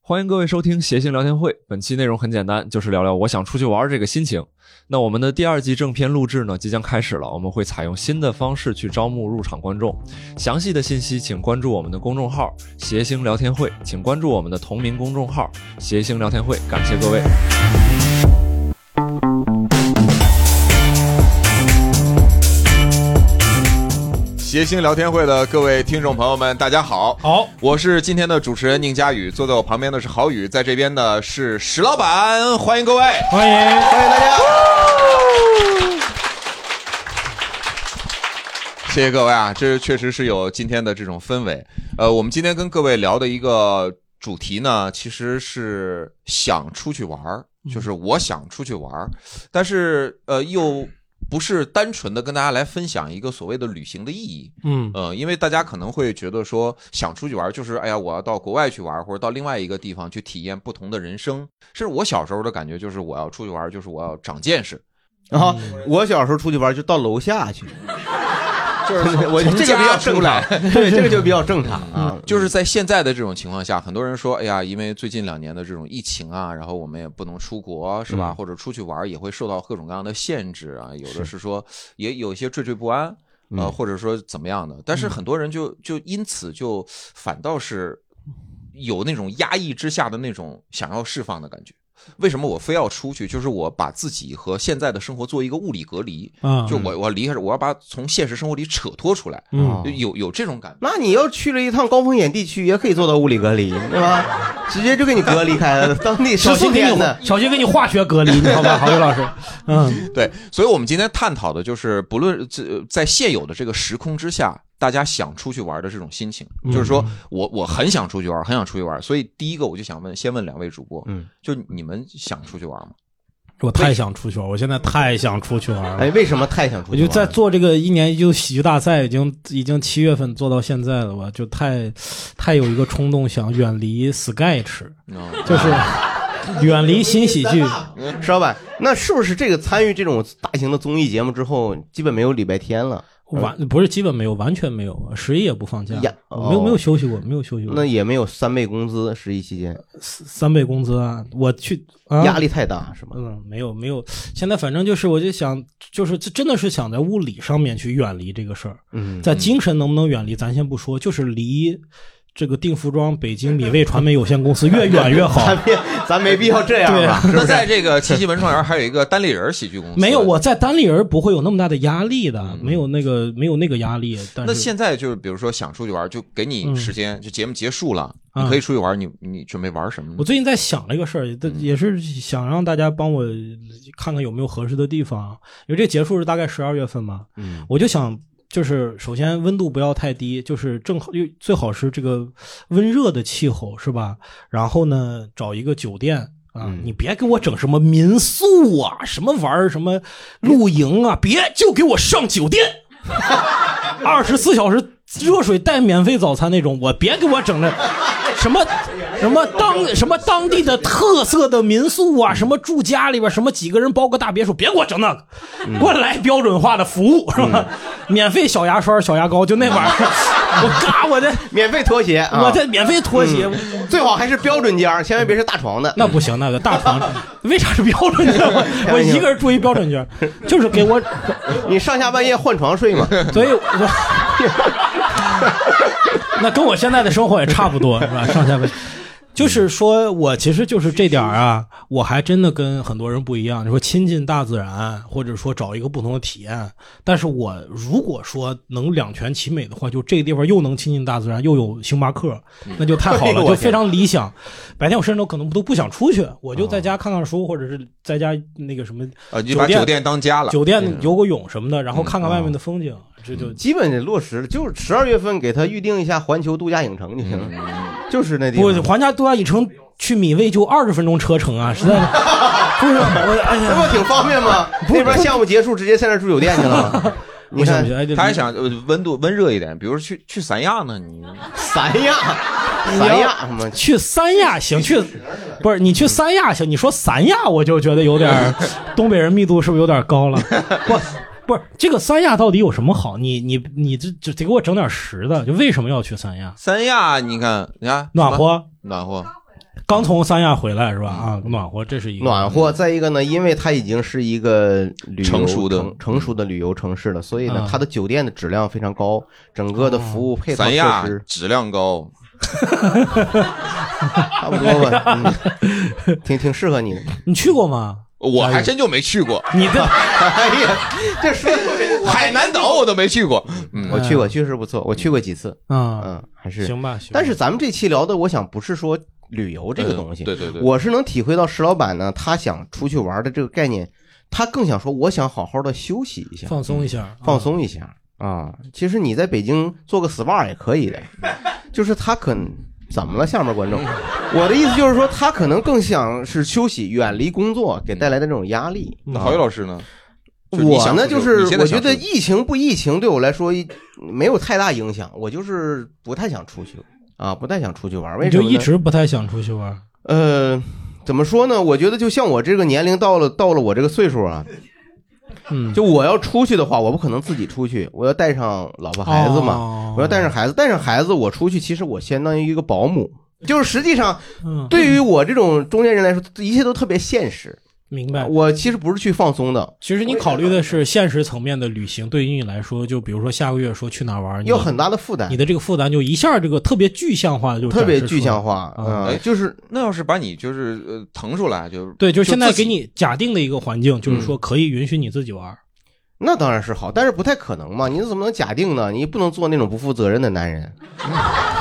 欢迎各位收听谐星聊天会。本期内容很简单，就是聊聊我想出去玩这个心情。那我们的第二季正片录制呢，即将开始了。我们会采用新的方式去招募入场观众。详细的信息请关注我们的公众号“谐星聊天会”，请关注我们的同名公众号“谐星聊天会”。感谢各位。谐星聊天会的各位听众朋友们，大家好！好，我是今天的主持人宁佳宇，坐在我旁边的是郝宇，在这边的是石老板，欢迎各位，欢迎欢迎大家！谢谢各位啊，这确实是有今天的这种氛围。呃，我们今天跟各位聊的一个主题呢，其实是想出去玩儿，就是我想出去玩儿，但是呃又。不是单纯的跟大家来分享一个所谓的旅行的意义，嗯呃，因为大家可能会觉得说想出去玩，就是哎呀，我要到国外去玩，或者到另外一个地方去体验不同的人生。甚至我小时候的感觉就是，我要出去玩，就是我要长见识。然后啊我小时候出去玩就到楼下去， 就是我这个比较正常，对，这个就比较正常啊。就是在现在的这种情况下，很多人说，哎呀，因为最近两年的这种疫情啊，然后我们也不能出国，是吧？嗯或者出去玩也会受到各种各样的限制啊，有的是说也有一些惴惴不安，呃，嗯或者说怎么样的。但是很多人就就因此就反倒是有那种压抑之下的那种想要释放的感觉。为什么我非要出去？就是我把自己和现在的生活做一个物理隔离，啊，就我我要离开这，我要把从现实生活里扯脱出来，嗯就有有这种感觉。那你要去了一趟高风险地区，也可以做到物理隔离，对吧？直接就给你隔离开了， 当地小十心四给天的你，小心给你化学隔离，你 好吧，郝宇老师，嗯对，所以我们今天探讨的就是，不论这在现有的这个时空之下，大家想出去玩的这种心情，嗯就是说我我很想出去玩，很想出去玩。所以第一个我就想问，先问两位主播，嗯，就你们想出去玩吗？我太想出去玩，我现在太想出去玩了。哎，为什么太想出我去玩？就在做这个一年一度喜剧大赛，已经已经七月份做到现在了，我就太太有一个冲动想远离 sketch，哦嗯就是远离新喜 剧。石老板，那是不是这个参与这种大型的综艺节目之后，基本没有礼拜天了？完不是基本没有，完全没有，十一也不放假呀，我没有哦没有休息过，没有休息那过，也没有三倍工资，十一期间三倍工资啊！我去，啊压力太大是吗？嗯，没有没有，现在反正就是，我就想，就是这真的是想在物理上面去远离这个事儿，嗯，在精神能不能远离，咱先不说，就是离这个定服装北京米味传媒有限公司 越 远越好。咱别咱没必要这样对吧啊？那在这个七七文创园还有一个单立人喜剧嗯公司，没有，我在单立人不会有那么大的压力的，没有那个没有那个压力。嗯但那是现在就是比如说想出去玩，就给嗯你时间，就节目结束了，嗯你可以出去玩，你你准备玩什么我呢？最近在想这个事儿，但也是想让大家帮我看看有没有合适的地方，因为这结束是大概十二月份嘛，嗯，我就想。就是首先温度不要太低，就是正好，因为最好是这个温热的气候，是吧？然后呢，找一个酒店啊，嗯你别给我整什么民宿啊，什么玩儿什么露营啊，别就给我上酒店，二十四小时热水带免费早餐那种，我别给我整那什么什么当什么当地的特色的民宿啊，什么住家里边什么几个人包个大别墅，别给我整那个，嗯给我来哎标准化的服务是吧？免费小牙刷、小牙膏，就 那玩意儿，我嘎，我这免费拖鞋啊，我这免费拖鞋。嗯最好还是标准间儿，千万别是大床的。那不行，那个大床为啥是标准 间？我我一个人住一标准间，就是给我，你上下半夜换床睡嘛？所以 我 那跟我现在的生活也差不多，是吧？上下半。就是说，我其实就是这点儿啊，我还真的跟很多人不一样。你说亲近大自然，或者说找一个不同的体验，但是我如果说能两全其美的话，就这个地方又能亲近大自然，又有星巴克，那就太好 哎呦了，我就天非常理想。白天我甚至都可能都不想出去，我就在家看看书，或者是在家那个什么啊呃，你就把酒店酒店当家了。嗯酒店游个泳什么的，然后看看外面的风景，这就基本得落实了，就是十二月份给他预定一下环球度假影城就行了， 就是那地嗯不方。，皇家度假影城去米味就二十分钟车程啊，实在是 不是我哎这呀，不挺方便吗？那边项目结束，直接在那住酒店去了。你我想看不起来，这他还想呃温度温热一点，比如去去三亚呢，你 三亚， 三亚什么？去三亚行，去不是你去三亚行，你说三亚我就觉得有 点儿东北人密度是不是有点高了？不。不是这个三亚到底有什么好？你你你这这得给我整点实的，就为什么要去三亚？三亚，你看，你看暖什么和，暖和，刚从三亚回来是吧？啊，暖和，这是一个暖和。再一个呢，因为它已经是一个旅游成熟的成成熟的旅游城市了，所以呢嗯，它的酒店的质量非常高，整个的服务配套嗯三亚设施质量高，差不多吧， 嗯挺挺适合你的。你去过吗？我还真就没去过。你的 哎呀，这说 海南岛我都没去过，嗯，我去过，确实不错，我去过几次，啊，嗯，还是行吧，行吧。但是咱们这期聊的，我想不是说旅游这个东西，嗯对对对，我是能体会到石老板呢，他想出去玩的这个概念，他更想说，我想好好的休息一下，嗯放松一下，放松一下啊。其实你在北京做个 SPA 也可 以的，就是他肯。怎么了，下面观众？我的意思就是说，他可能更想是休息，远离工作给带来的这种压力。嗯啊那郝宇老师呢？就是你我想呢，出去就是你现在我觉想得出去疫情不疫情对我来说一没有太大影响，我就是不太想出去啊，不太想出去玩。为你什就么呢？一直不太想出去玩。呃，怎么说呢？我觉得就像我这个年龄到了到了我这个岁数啊，嗯，就我要出去的话，我不可能自己出去，我要带上老婆孩子嘛，哦我要带上孩子，带上孩子我出去，其实我相当于一个保姆。就是实际上，嗯，对于我这种中年人来说，一切都特别现实。明白。呃我其实不是去放松的，其实你考虑的是现实层面的旅行，对于你来说，就比如说下个月说去哪儿玩，你有很大的负担你，的这个负担就一下这个特别具象化，就特别展示具出来象。化。嗯嗯、哎就是那要是把你就是呃腾出来，就是对，就就现在自己给你假定的一个环境，嗯就是说可以允许你自己玩儿。那当然是好，但是不太可能嘛！你怎么能假定呢？你不能做那种不负责任的男人。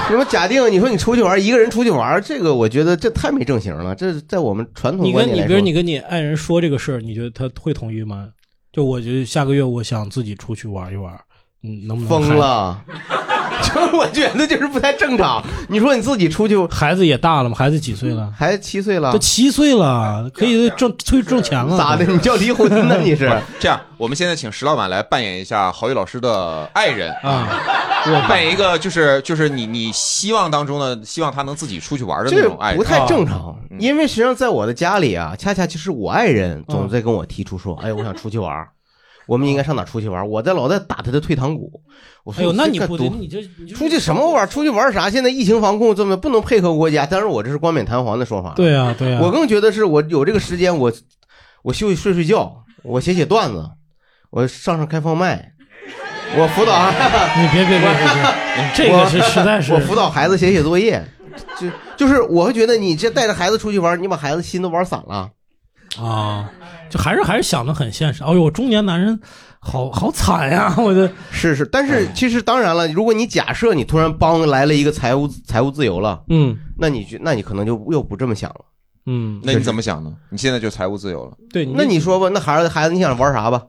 你们假定，你说你出去玩，一个人出去玩，这个我觉得这太没正形了。这在我们传统你观跟念你来比说，如你跟你爱人说这个事儿，你觉得他会同意吗？就我觉得下个月我想自己出去玩一玩，嗯，能不能疯孩？了， 就是我觉得就是不太正常。你说你自己出去，孩子也大了嘛，孩子几岁了？孩子七岁了都，七岁了，可以挣出去挣钱 了。咋的？？你叫离婚呢？你 是？这样，我们现在请石老板来扮演一下郝宇老师的爱人，啊，我扮演一个就是就是你你希望当中的希望他能自己出去玩的那这种爱啊嗯不人。太正常，因为实际上在我的家里啊，恰恰就是我爱人嗯总在跟我提出说：“哎，我想出去玩儿，我们应该上哪儿出去玩儿？”我在老在打他的退堂鼓。我说：“哎呦，那你这不个得毒你这你这出去什么玩儿？出去玩儿啥？现在疫情防控这么不能配合国家，当然我这是冠冕堂皇的说法。，对啊，对啊，我更觉得是我有这个时间，我我休息睡睡觉，我写写段子，我上上开放麦，我辅导。 你别别别别别，这个是实在是我辅导孩子写写作业，就就是我会觉得你这带着孩子出去玩，你把孩子心都玩散了。啊，就还是还是想的很现实。哎呦，中年男人好好惨呀、我哎的是是，但是其实当然了，如果你假设你突然帮来了一个财务财务自由了，嗯那你就那你可能就又不这么想了。嗯，那你怎么想呢？你现在就财务自由了，对，那你说吧，那孩子孩子你想玩啥吧？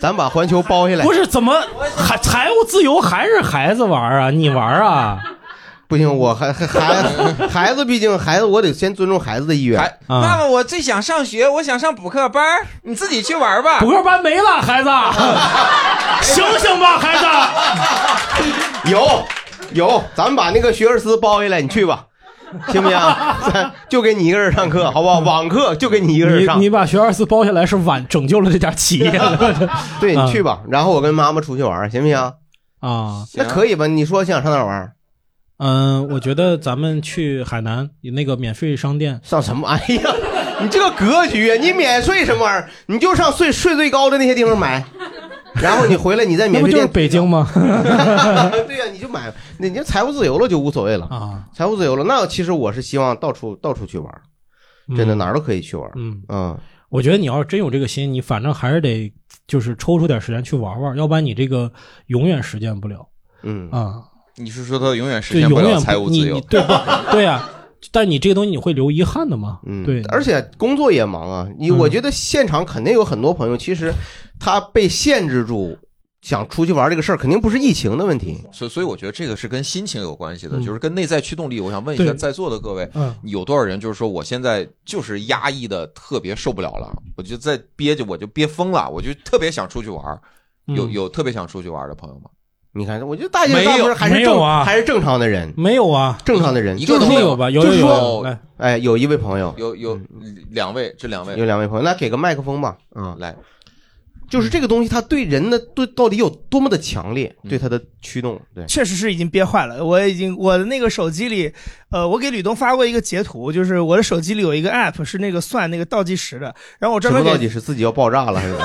咱把环球包下来不，是怎么还财务自由还是孩子玩啊？你玩啊？ 不行，我还还孩孩子，毕竟孩子，我得先尊重孩子的意愿。还啊爸爸，我最想上学，我想上补课班儿，你自己去玩儿吧补。课班没了，孩子，醒醒吧，孩子。有有，咱们把那个学而思包下来，你去 吧，行不行？咱就给你一个人上课，好不好？网课就给你一个人上。嗯你你把学而思包下来是挽拯救了这家 企业了对嗯你去吧，然后我跟妈妈出去玩儿，行不行？啊。那可以吧？你说想上哪儿玩儿？嗯，我觉得咱们去海南那个免税商店，上什么？哎呀，你这个格局啊！你免税什么玩意儿？你就上税税最高的那些地方买，然后你回来你在那免不税就是店。北京吗？对呀、你就买，那你就财务自由了就无所谓了，啊，财务自由了。那其实我是希望到处到处去玩儿，嗯真的哪儿都可以去玩儿。嗯。嗯，我觉得你要是真有这个心，你反正还是得就是抽出点时间去玩玩，要不然你这个永远实践不了嗯，啊， 你是说他永远哎实就现不永了远财务不自你由你？对不？对啊，但你这个东西你会留遗憾的嘛？嗯，对，而且工作也忙啊，你嗯我觉得现场肯定有很多朋友，其实他被限制住，想出去玩儿这个事儿，肯定不是疫情的问题。所以所以我觉得这个是跟心情有关系的，嗯就是跟内在驱动力。我想问一下对在座的各位，嗯，有多少人就是说我现在就是压抑的特别受不了了，我就在憋着，我就憋疯了，我就特别想出去玩儿。有嗯有特别想出去玩儿的朋友吗？你看，我觉得大家没有大部分还是没有正啊还是正常的人，没有啊？正常的人一就个是都说没说，有吧，有就有是有说有，来，哎，有一位朋友，有有两位，这两位有两位朋友，那给个麦克风吧，嗯，哎来，就是这个东西它对人的对到底有多么的强烈，嗯对它的驱动，对，确实是已经憋坏了。我已经我的那个手机里，呃，我给吕东发过一个截图，就是我的手机里有一个 app 是那个算那个倒计时的，然后我什专么到门给底是自己要爆炸了还是怎么？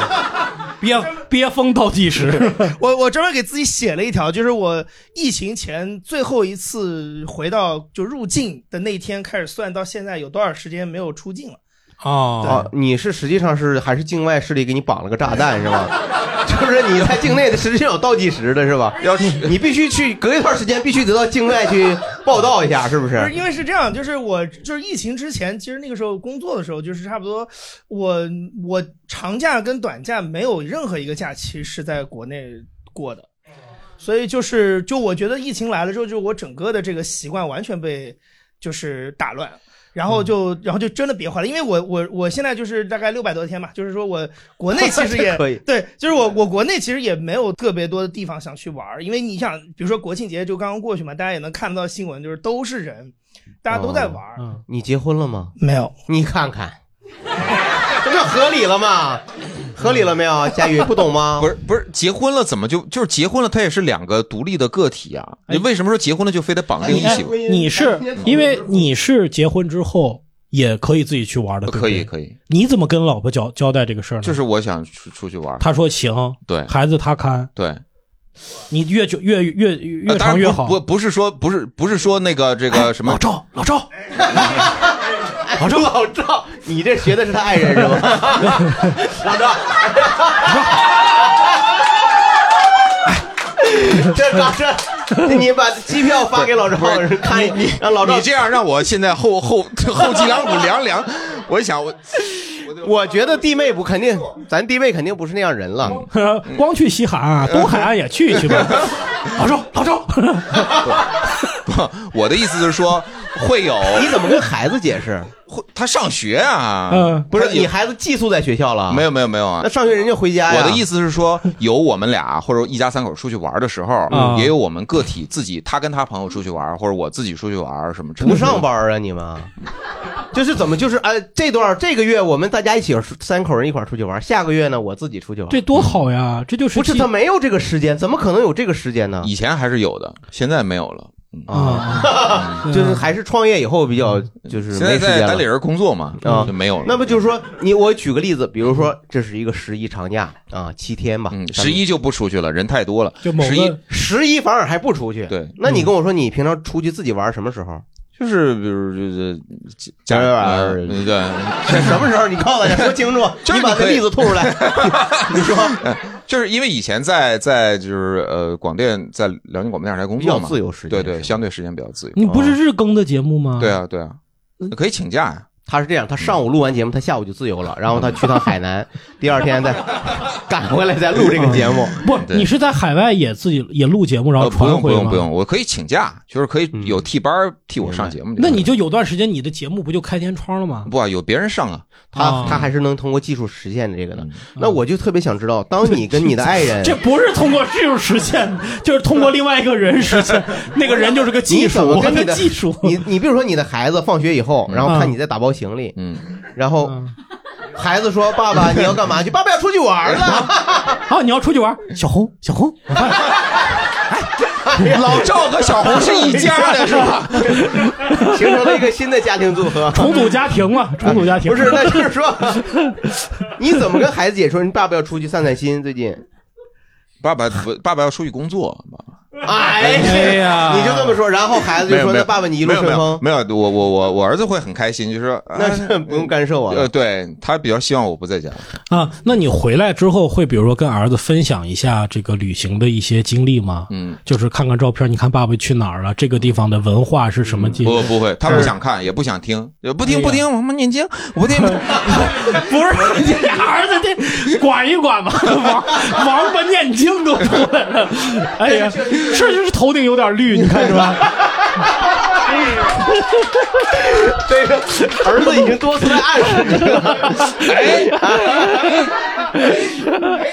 憋憋疯倒计时。 我我专门给自己写了一条，就是我疫情前最后一次回到就入境的那天开始算，到现在有多少时间没有出境了。哦，你是实际上是还是境外势力给你绑了个炸弹是吧？ 就是你在境内的实际上有倒计时的是吧？要你必须去隔一段时间必须得到境外去报道一下，是不不是是？因为是这样，就是我就是疫情之前，其实那个时候工作的时候，就是差不多我我长假跟短假没有任何一个假期是在国内过的，所以就是就我觉得疫情来了之后，就我整个的这个习惯完全被就是打乱。然后嗯就，然后就真的别坏了，因为我我我现在就是大概六百多天吧，就是说我国内其实 也可以对，就是我嗯我国内其实也没有特别多的地方想去玩儿，因为你想，比如说国庆节就刚刚过去嘛，大家也能看得到新闻，就是都是人，大家都哦在玩儿。嗯你结婚了吗？没有，你看看，这不合理了 吗？合理了没 有，佳宇不懂吗？不是不是，结婚了怎么就就是结婚了？它也是两个独立的个体啊！你为什么说结婚了就非得绑定一起？哎你哎哎是因为你是结婚之后也可以自己去玩的，对呃不对可以可以，你怎么跟老婆交交代这个事儿呢？就是我想出出去玩儿，她说行，对孩子她看，对，你越久越越越呃当然长越不好。不不是说不是不是说那 个这个什么赵，老赵，老赵，哎老赵，你这学的是他爱人是吧？ 老赵，这老赵，你把机票发给老赵，看你让老赵你这样让我现在后后后脊梁骨凉凉，我一想我我觉得弟妹不肯定，咱弟妹肯定不是那样人 了。嗯 光去西海岸、啊，东海岸也去一 去吧。老赵，老赵， 不，我的意思是说会有 你怎么跟孩子解释？会他上学啊，嗯不是他有你孩子寄宿在学校了？没，有没有没有啊那，上学人家回家呀。我的意思是说，有我们俩或者一家三口出去玩的时候，嗯也有我们个体自己，他跟他朋友出去玩，或者我自己出去玩什么之类不的。上班啊你们？就是怎么就是哎，这段这个月我们大家一起三口人一块儿出去玩，下个月呢我自己出去玩。这多好嗯呀！这就是不是他没有这个时间，怎么可能有这个时间呢？以前还是有的，现在没有了。嗯啊，就是还是创业以后比较就是现没在时在间单立了。人工作嘛，啊就没有了。那不就是说你我举个例子，比如说这是一个十一长假啊，七天吧，嗯，咱们十一就不出去了，人太多了。就某十一个十一反而还不出去。对，嗯那你跟我说你平常出去自己玩什么时候？就是比如就是加油啊呃对，这 什么时候？你告诉大家说清楚， 就你是你把那可以例子吐出来。你说 就是因为以前在在就是呃广电在辽宁广播电视台工比较作嘛，自由时间，对对，相对时间比较自由。你不是日更的节目吗？对，啊对啊， 可以请假呀。他是这样，他上午录完节目，他下午就自由了，然后他去趟海 南，第二天再赶回来再录这个节目。不，嗯对你是在海外也自己也录节目，然后呃，不传用回不用吗不。用，我可以请假，就是可以有替班儿替我上节目。那你就有段时间你的节目不就开天窗了吗？不啊，有别人上啊，嗯他啊他还是能通过技术实现这个的。那我就特别想知道，当你跟你的爱人， 这不是通过技术实现的， 就是通过另外一个人实 现。 那个人就是个技你怎术，么我跟你的的 技术。你你比如说你的孩子放学以后，然后看嗯你在打包行李，嗯，然后嗯孩子说：“爸爸，你要干嘛去？爸爸要出去玩 了。啊，你要出去玩，哎小红，小 红，哎老赵和小红是一家的，是吧？” 形成了一个新的家庭组合。重组家庭嘛，重组家庭。不是，那就是说，你怎么跟孩子解说？你爸爸要出去散散心，最近。爸爸不，爸爸要出去工作， 哎呀你就这么说，然后孩子就没有说：“没那有爸爸你一路没有顺没有风。没有，我我我我儿子会很开心，就说” 啊那是不用干涉我呃，了。对他比较希望我不在家，啊，那你回来之后会比如说跟儿子分享一下这个旅行的一些经历吗？嗯，就是看看照片，你看爸爸去哪儿了，这个地方的文化是嗯什么地？嗯不不会，他不想看，也不想听，也不听哎呀不听，我们念经，我不听， 不是，你这儿子这管一管吧， 王王八念经都出来了，哎 呀，是就是头顶有点绿，你看是吧？ 这个儿子已经多次在暗示你了。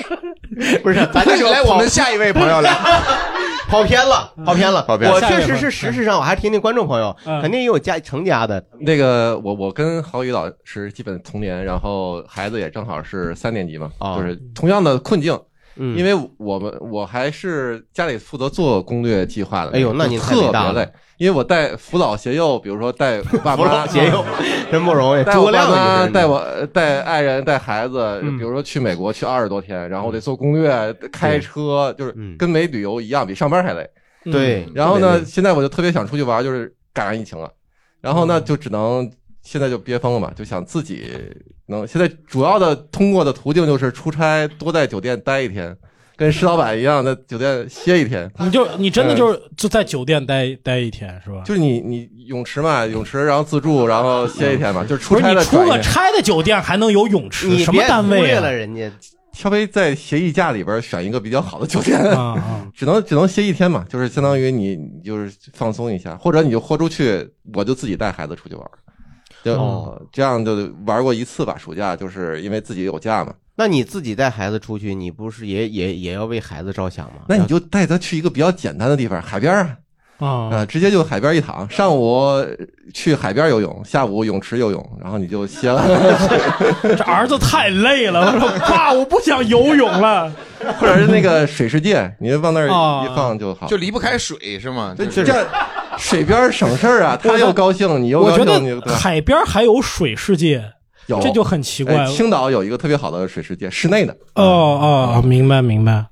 不是，咱那这就 个来我跑们下一位朋友来， 跑偏了，跑偏了，跑偏了我确实是哎实事上，我还听听观众朋友，嗯肯定也有家成家的。那个我我跟郝宇老师基本同年，然后孩子也正好是三年级嘛，就是同样的困境。哦嗯因为我们我还是家里负责做攻略计划的哎那种，呦那你就太伟特大别了累，因为我带辅导携幼，比如说带我 爸扶妈老携幼，真不容易带诸我葛爸亮也是妈，真的带我带爱人，带孩子，嗯比如说去美国去二十多天，然后得做攻略，开车，就是嗯跟没旅游一样，比上班还累。对嗯然后特别呢，累现在我就特别想出去玩，就是赶上疫情了，然后呢就只能现在就憋疯了嘛，就想自己能现在主要的通过的途径就是出差，多在酒店待一天，跟石老板一样在酒店歇一天。你啊就你真的就是就在酒店待待一天是吧？就是你你泳池嘛，泳池然后自助，然后歇一天嘛，就是不出是差你的出转个一天差的酒店还能有泳池，什么单位啊？人家，稍微在协议价里边选一个比较好的酒店，啊啊 只能只能歇一天嘛，就是相当于你你就是放松一下，或者你就豁出去，我就自己带孩子出去玩儿，就、哦这样就玩过一次吧。暑假就是因为自己有假嘛，那你自己带孩子出去，你不是也也也要为孩子着想吗？那你就带他去一个比较简单的地方，海边儿啊。啊、直接就海边一躺，上午去海边游泳，下午泳池游泳，然后你就歇了， 这儿子太累了，我说爸，我不想游泳了。或者是那个水世界，你就往那儿啊一放就好，就离不开水是吗？这就是这样水边儿省事儿 啊，他又高兴，你又我高觉兴，你又得对吧海边还有水世界， 有这就很奇怪哎青岛有一个特别好的水世界，室内的，哦哦，明白明白，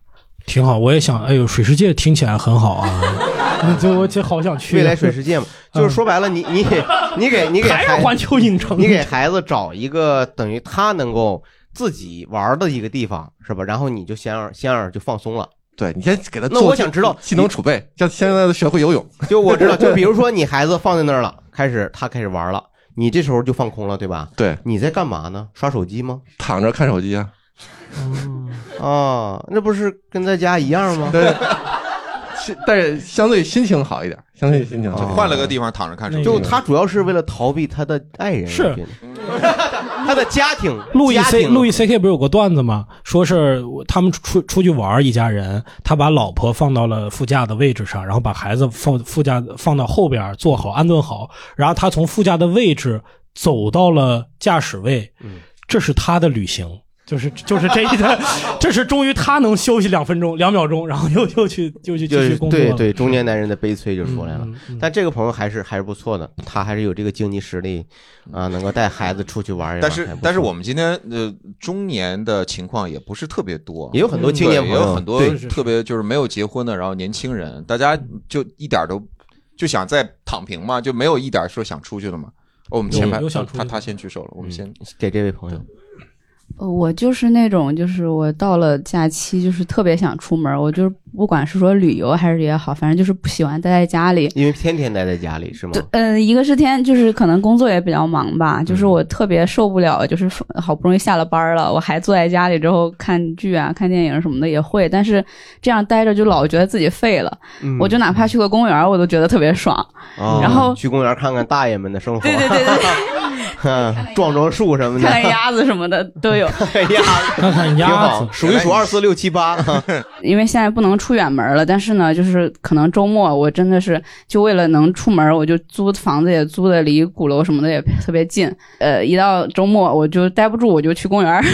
挺好。我也想，哎呦，水世界听起来很好啊，嗯 这我这好想去。未来水世界嘛，就是说白了，你你给 你给你给还是孩环球影城你给孩子找一个等于他能够自己玩的一个地方，是吧？然后你就先让先让就放松了。对你先给他那做我想知道技能储备，像现在都学会游泳，就我知道，就比如 说你孩子放在那儿了，开始他开始玩了，你这时候就放空了，对吧？对，你在干嘛呢？刷手机吗？躺着看手机啊，啊，那不是跟在家一样吗？对，是但是相对心情好一点，相对心情好一点，换了嗯个地方躺着看手机。就他主要是为了逃避他的爱人，是我觉得 他的家庭。 路易家 C 庭路易 C K 不是有个段子吗？说是他们出出去玩儿一家人，他把老婆放到了副驾的位置上，然后把孩子放副驾放到后边儿坐好安顿好，然后他从副驾的位置走到了驾驶位，嗯这是他的旅行。就是就是这一 段，这是终于他能休息两分钟两秒钟，然后又又去又去继就续是工作了。对对，中年男人的悲催就出来了嗯。但这个朋友还是还是不错的，他还是有这个经济实力啊，能够带孩子出去玩一玩。但还是不错但是我们今天呃中年的情况也不是特别多，嗯也有很多青年对朋也友有很多对特别就是没有结婚的，然后年轻人，大家就一点都就想再躺平嘛，就没有一点说想出去了嘛。哦，我们前排有有想出去他他先举手了，我们先嗯给这位朋友，呃，我就是那种，就是我到了假期，就是特别想出门儿，我就是不管是说旅游还是也好，反正就是不喜欢待在家里。E 因为天天待在家里是吗？嗯、一个是天，就是可能工作也比较忙吧，就是嗯我特别受不了，就是好不容易下了班儿了，我还坐在家里之后看剧啊、看电影什么的也会，但是这样待着就老觉得自己废了，嗯我就哪怕去个公园儿，我都觉得特别爽。啊，然后去公园看看大爷们的生活， 对对对对对，对，撞撞树什么的，看看鸭子什么的都 有。哎呀，看看挺鸭子好，，数一数二四六七八，因为现在不能出远门了，但是呢，就是可能周末我真的是就为了能出门，我就租房子也租的离鼓楼什么的也特别近。呃，一到周末我就待不住，我就去公园儿。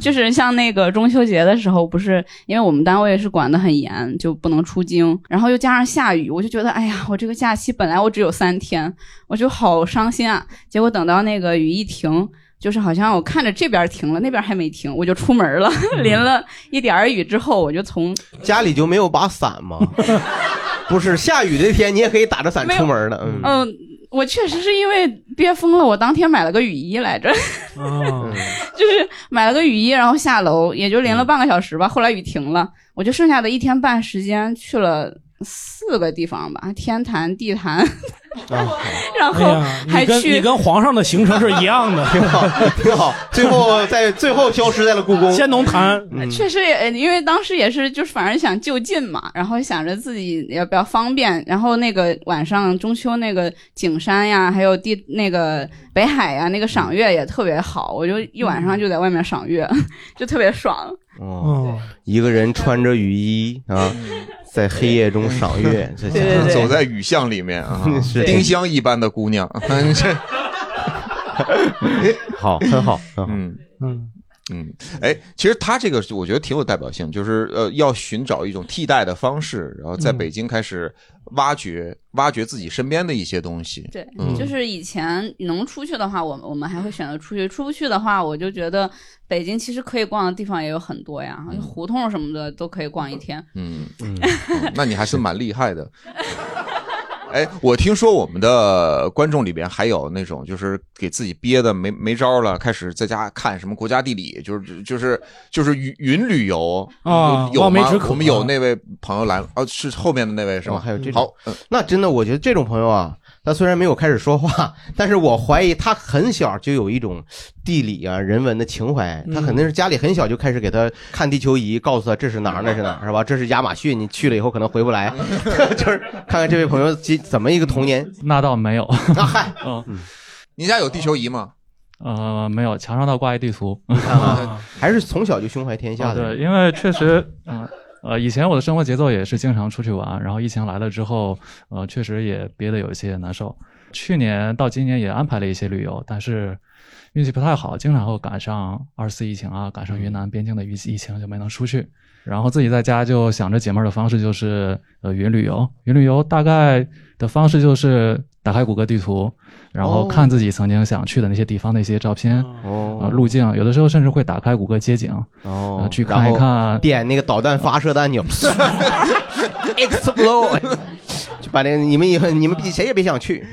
就是像那个中秋节的时候，不是因为我们单位是管得很严，就不能出京，然后又加上下雨，我就觉得哎呀，我这个假期本来我只有三天，我就好伤心啊。结果等到那个雨一停。就是好像我看着这边停了，那边还没停，我就出门了。 淋了一点儿雨之后，我就从家里就没有把伞 吗？不是，下雨的天你也可以打着伞出门的，嗯。嗯、我确实是因为憋疯了，我当天买了个雨衣来着，嗯啊， 就是买了个雨衣，然后下楼也就淋了半个小时吧。后来雨停了，我就剩下的一天半时间去了四个地方吧，天坛、地坛， 嗯啊然哎后呀，你还跟你去。跟皇上的行程是一样 的，挺好，挺好。最后在最后消失在了故宫。嗯先农坛，确实也，呃因为当时也是，就是反正想就近嘛，然后想着自己也比较方便，然后那个晚上中秋那个景山呀，还有地那个北 海呀，那个赏月也特别好，我就一晚上就在外面赏月，就特别爽。哦，一个人穿着雨衣啊，在黑夜中 赏月，这对对对走在雨巷里面啊 是丁香一般的姑娘， 这 好，很好，嗯嗯嗯，哎，其实他这个我觉得挺有代表性，就是呃，要寻找一种替代的方式，然后在嗯北京开始挖掘挖掘自己身边的一些东西。对，嗯就是以前能出去的话，我们我们还会选择出去；出不去的话，我就觉得北京其实可以逛的地方也有很多呀，胡同什么的都可以逛一天。 嗯嗯，嗯那你还是蛮厉害的。 哎，我听说我们的观众里边还有那种就是给自己憋的没没招了，开始在家看什么国家地理，就是就是就是云云旅游啊有有望梅吗止？渴我们有那位朋友来了，哦，是后面的那位是然后吗？哦还有这好种，，嗯那真的，我觉得这种朋友啊，他虽然没有开始说话， 但是我怀疑他很小就有一种地理啊、人文的情怀，他肯定是家里很小就开始给他看地球仪，告诉他这是哪儿，那是哪儿，是吧？这是亚马逊，你去了以后可能回不来， 就是看看这位朋友今怎么一个童年。那倒没有，嗨，嗯，您家有地球仪吗？呃，没有，墙上倒挂一地图， 还是从小就胸怀天下的对，人。因为确实，嗯、呃，以前我的生活节奏也是经常出去玩，然后疫情来了之后，呃，确实也憋得有一些难受。去年到今年也安排了一些旅游，但是运气不太好，经常会赶上二四疫情啊，赶上云南边境的疫疫情就没能出去。然后自己在家就想着解闷儿的方式就是呃云旅游，云旅游大概的方式就是打开谷歌地图，然后哦看自己曾经想去的那些地方的一些照片，哦呃路径，有的时候甚至会打开谷歌街景，哦呃去然看后一啊看，点那个导弹发射的 按钮 ，explode，就把那个你们以后你们比谁也别想去。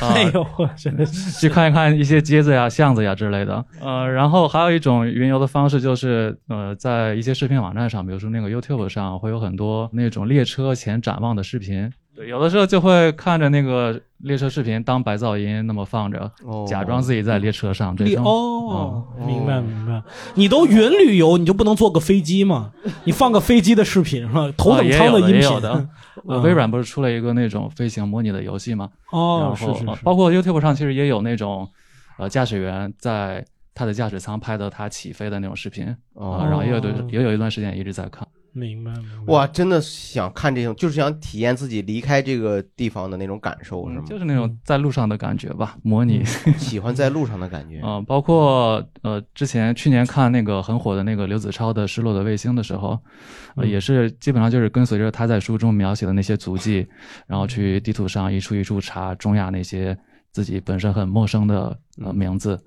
啊哎呦，我真的是 去看一看一些街子呀、巷子呀之类的。呃，然后还有一种云游的方式就是，呃，在一些视频网站上，比如说那个 YouTube 上，会有很多那种列车前展望的视频。对，有的时候就会看着那个列车视频当白噪音那么放着，哦假装自己在列车上。这啊你种嗯哦，明白明白。你都云旅游，你就不能坐个飞 机吗？你放个飞机的视频是吧？头啊等也舱有的音也频有的。呃 嗯微软不是出了一个那种飞行模拟的游戏吗？哦然后呃是是是包括 YouTube 上其实也有那种，呃，驾驶员在他的驾驶舱拍的他起飞的那种视频，哦啊然后也有的也有一段时间一直在看。明白。哇，真的想看这种，就是想体验自己离开这个地方的那种感受，是吗？嗯就是那种在路上的感觉吧，模拟嗯 喜欢在路上的感觉。嗯、包括呃，之前去年看那个很火的那个刘子超的《失落的卫星》的时候，呃，嗯也是基本上就是跟随着他在书中描写的那些足迹，然后去地图上一处一处查中亚那些自己本身很陌生的呃名字。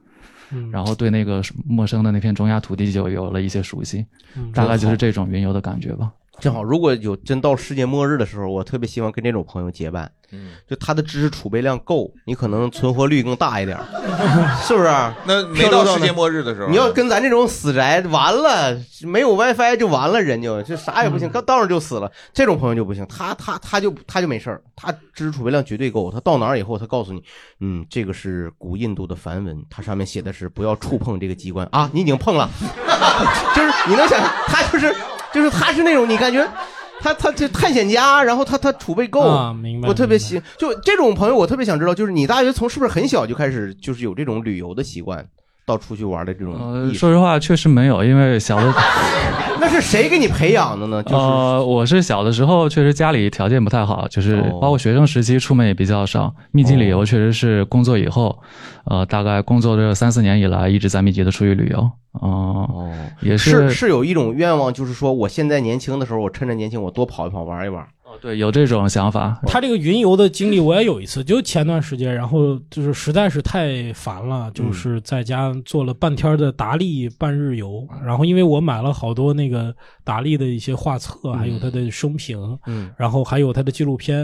嗯然后对那个陌生的那片中亚土地就有了一些熟悉，嗯大概就真是好这种云游的感觉吧。正好，如果有真到世界末日的时候，我特别希望跟这种朋友结伴。嗯，就他的知识储备量够，你可能存活率更大一点儿， 是不是？那没漂流到那世界末日的时候你要跟咱这种死宅，完了没有 WiFi 就完了，人就这啥也不嗯行，刚到那儿就死了。这种朋友就不行，他他他就他就没事儿，他知识储备量绝对够。他到哪儿以后，他告诉你，嗯，这个是古印度的梵文，它上面写的是不要触碰这个机关啊，你已经碰了。就是你能想，他就是就是他是那种你感觉他他这探险家，然后他他储备够，啊明白我特别喜就这种朋友，我特别想知道，就是你大学从是不是很小就开始就是有这种旅游的习惯，到处去玩的这种呃，意识。说实话，确实没有，因为小的。那是谁给你培养的呢？就是、哦呃，我是小的时候确实家里条件不太好，就是哦包括学生时期出门也比较少。密集旅游确实是工作以后，呃，大概工作这三四年以来一直在密集的出去旅游。嗯、哦，也是是是有一种愿望，就是说我现在年轻的时候，我趁着年轻，我多跑一跑，玩一玩。对，有这种想法。他这个云游的经历我也有一次，就前段时间，然后就是实在是太烦嗯了，就是在家做了半天的达利半日游，嗯然后因为我买了好多那个达利的一些画册，还有他的生平，嗯然后还有他的纪录片，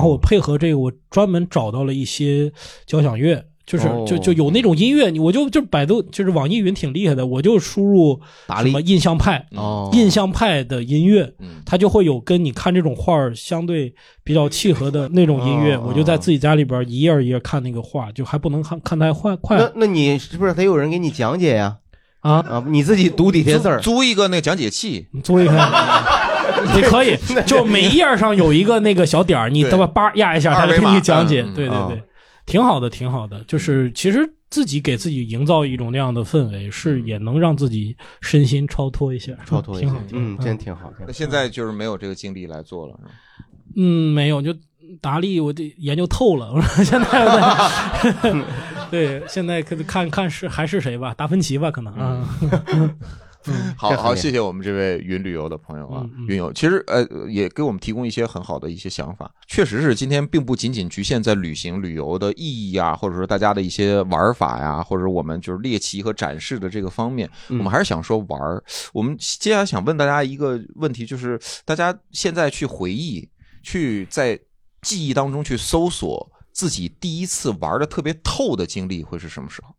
哦后我配合这个，我专门找到了一些交响乐。就是哦就就有那种音乐，你我就就百度就是网易云挺厉害的，我就输入达什么印象派，哦嗯印象派的音乐，它就会有跟你看这种画儿相对比较契合的那种音乐。哦我就在自己家里边一页儿一页儿看那个画，就还不能看看太快快。那那你是不是得有人给你讲解呀？啊啊！你自己读底下字儿，租一个那讲解器，租 一个。你可以，就每一页儿上有一个那个小点儿，你他妈叭压一下，对它就给二维你码讲解嗯。对对嗯对，挺好的，挺好的。就是其实自己给自己营造一种那样的氛围，是也能让自己身心超脱一些，超脱一挺些好的，嗯，真挺好的那。现在就是没有这个精力来做了，是吧？嗯，没有，就达利我得研究透了。我 说现 在我得，对，现在可看看是还是谁吧，达芬奇吧，可能嗯啊。 好好，谢谢我嗯们这位云旅游的朋友啊，云游，其实呃也给我们提供一些很好的一些想法。确实是今天并不仅仅局限在旅行旅游的意义啊，或者说大家的一些玩法呀、或者我们就是猎奇和展示的这个方面，我们还是想说玩儿。我们接下来想问大家一个问题，就是大家现在去回忆，去在记忆当中去搜索自己第一次玩的特别透的经历会是什么时候？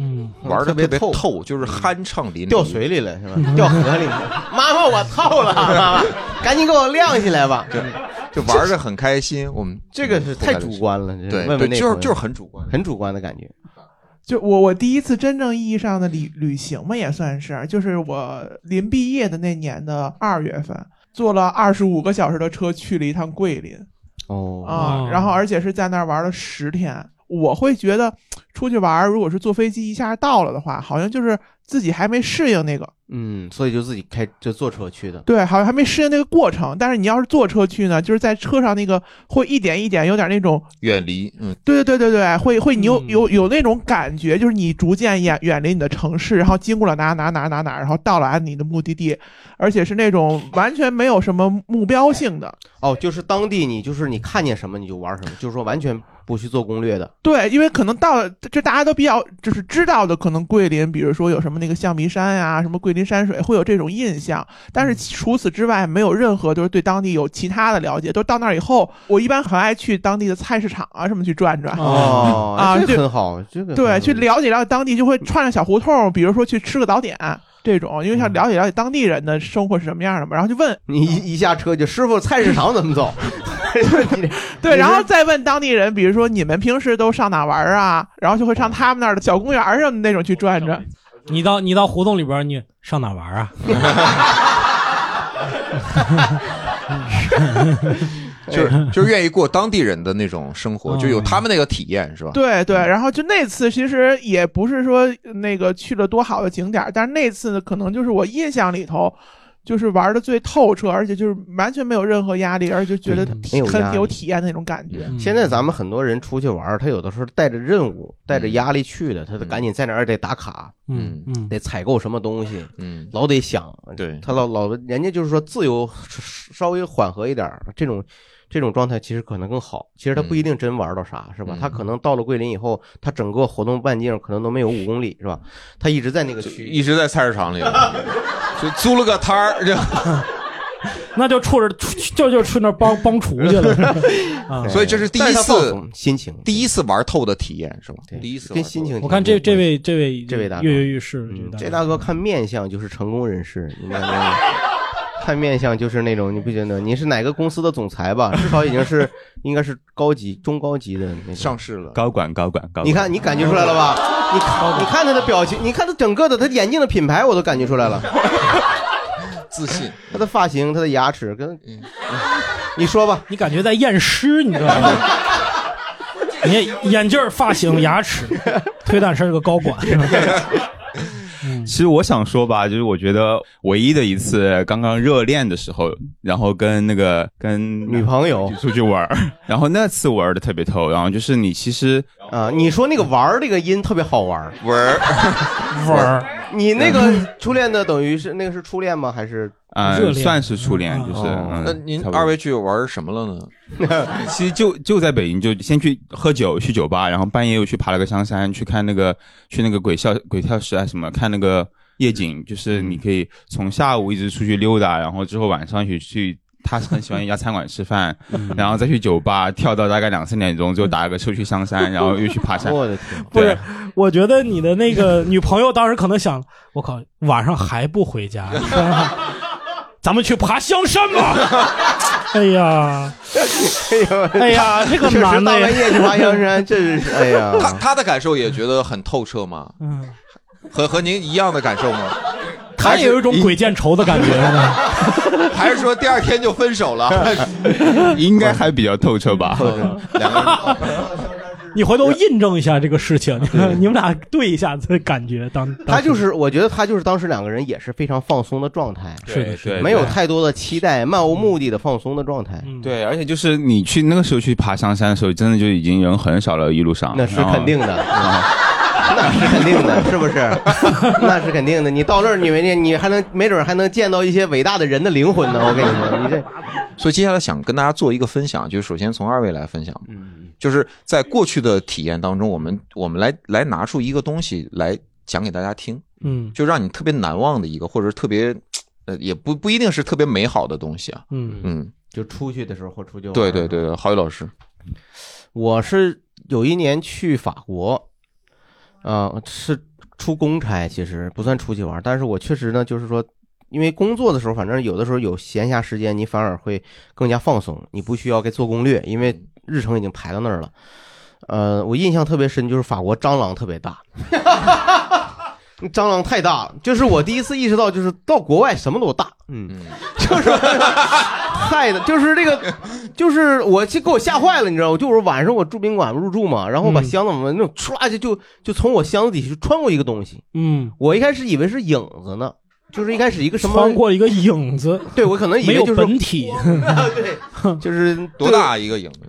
嗯，玩的特别透，就是酣畅淋嗯漓，掉水里了是吧？ 掉河里了，妈妈我透了，妈妈，赶紧给我晾起来吧。对， 就玩着很开心。我们这个是太主观了，对问问对，那就是朋友就是很主观。很主观的感觉。就我我第一次真正意义上的旅旅行嘛，也算是，就是我临毕业的那年的二月份，坐了二十五个小时的车去了一趟桂林哦啊，然后而且是在那儿玩了十天。我会觉得出去玩儿，如果是坐飞机一下到了的话，好像就是自己还没适应那个，嗯，所以就自己开就坐车去的。对，好像还没适应那个过程。但是你要是坐车去呢，就是在车上那个会一点一点有点那种远离，嗯，对对对对对，会会你有有有那种感觉，就是你逐渐远远离你的城市，然后经过了哪哪哪哪哪，然后到了你的目的地，而且是那种完全没有什么目标性的。哦，就是当地你就是你看见什么你就玩什么，就是说完全不去做攻略的。对，因为可能到了这大家都比较就是知道的，可能桂林，比如说有什么那个象鼻山呀、什么桂林山水，会有这种印象。但是除此之外，没有任何就是对当地有其他的了解。都到那儿以后，我一般很爱去当地的菜市场啊什么去转转。哦， 啊，这就个很好，这个对，嗯很好去了解了解当地，就会串上小胡同，比如说去吃个早点这种，因为想了解了解当地人的生活是什么样的嘛，然后就问嗯你一一下车就师傅菜市场怎么 走？对，然后再问当地人，比如说你们平时都上哪玩啊？然后就会哦上他们那儿的小公园儿什么那种去转转。你到你到胡同里边儿，你上哪玩儿 啊？就是就是愿意过当地人的那种生活，嗯就有他们那个体验，是吧？ 嗯对对，然后就那次其实也不是说那个去了多好的景点儿，但是那次呢，可能就是我印象里头。就是玩的最透彻，而且就是完全没有任何压力，而且就觉得没有压力很有体验的那种感觉。嗯现在咱们很多人出去玩儿，他有的时候带着任务、带嗯着压力去的，他得赶紧在那儿得打卡，嗯嗯，得采购什么东西，嗯，老得想，对他老老人家就是说自由稍微缓和一点儿，这种这种状态其实可能更好。其实他不嗯一定真玩到啥，是吧？他可能到了桂林以后，他整个活动半径可能都没有五公里，是吧？他一直在那个区，一直在菜市场里，就租了个摊儿，就 那就冲着就就去那儿帮帮厨去了。是 吧 啊所以这是第但一是他放次松心情，第一次玩透的体验，是吧？第一次玩跟透 心情。我看这这位这位嗯这位大哥嗯跃跃欲试，这位大哥看面相就是成功人士，你看那个看面相就是那种你不觉得你是哪个公司的总裁吧？至少已经是应该是高级中高级的那上市了。高管高管高管，你看你感觉出来了吧？你看你看他的表情，你看他整个的他眼镜的品牌我都感觉出来 了，自信，他的发型、他的牙齿跟，嗯你说吧，你感觉在验尸，你知道吗？ 你眼镜儿、发型、牙 齿，推断是个高管。是吧其实我想说吧，就是我觉得唯一的一次刚刚热恋的时候，然后跟那个跟女朋友出去玩儿， 然后那次玩的特别透，然后就是你其实啊，你说那个玩儿这个音特别好玩儿，玩儿玩儿， 你那个初恋的等于是那个是初恋吗？还是嗯、热恋算是初 恋，就是、嗯哦那您二位去玩什么了呢？ 其实就就在北京，就先去喝酒，去酒吧，然后半夜又去爬了个香山，去看那个去那个鬼笑鬼跳石啊什么，看那个夜景，就是嗯你可以从下午一直出去溜达，然后之后晚上去去。他很喜欢一家餐馆吃 饭，嗯然后再去酒吧跳到大概两三点钟，就打个车去香山，然后又去爬山。 我的天！ 不是，我觉得你的那个女朋友当时可能想，我靠，晚上还不回 家，咱们去爬香山吧。 哎呀，哎呀， 这个确实男的大半夜去爬香山，这 是哎呀，他他的感受也觉得很透彻吗？嗯，和和您一样的感受吗？他也有一种鬼见愁的感觉呢。 还是说第二天就分手了？ 嗯应该还比较透彻吧？两个人 你回头印证一下这个事情，你们俩对一下这感觉。当他就是，我觉得他就是当时两个人也是非常放松的状态，是的是的没有太多的期待，漫无目的的放松的状态。对，而且就是你去那个时候去爬香山的时候，真的就已经人很少了，一路上那是然后肯定的嗯 那是肯定的，是不是？那是肯定的。你到那儿，你没见，你还能没准还能见到一些伟大的人的灵魂呢。我跟你说，你这所以接下来想跟大家做一个分享，就是首先从二位来分享，就是在过去的体验当中，我们我们来来拿出一个东西来讲给大家听，嗯就让你特别难忘的一个，或者是特别呃，也不不一定是特别美好的东西啊。嗯嗯，就出去的时候或出去玩对对对对，郝宇老师，我是有一年去法国，呃，是出公差，其实不算出去玩，但是我确实呢，就是说，因为工作的时候，反正有的时候有闲暇时间，你反而会更加放松，你不需要该做攻略，因为日程已经排到那儿了。呃，我印象特别深，就是法国蟑螂特别大， 蟑螂太大了，就是我第一次意识到，就是到国外什么都大， 嗯，害的，就是这 个，就是我去给我吓坏了，你知道吗？就是晚上我住宾馆入住嘛，然后嗯把箱子往那种唰就就就从我箱子底下就穿过一个东西，嗯，我一开始以为是影子呢，就是一开始一个什么穿过一个影子，对我可能以为没有就是本体， 对，就是多大一个影子？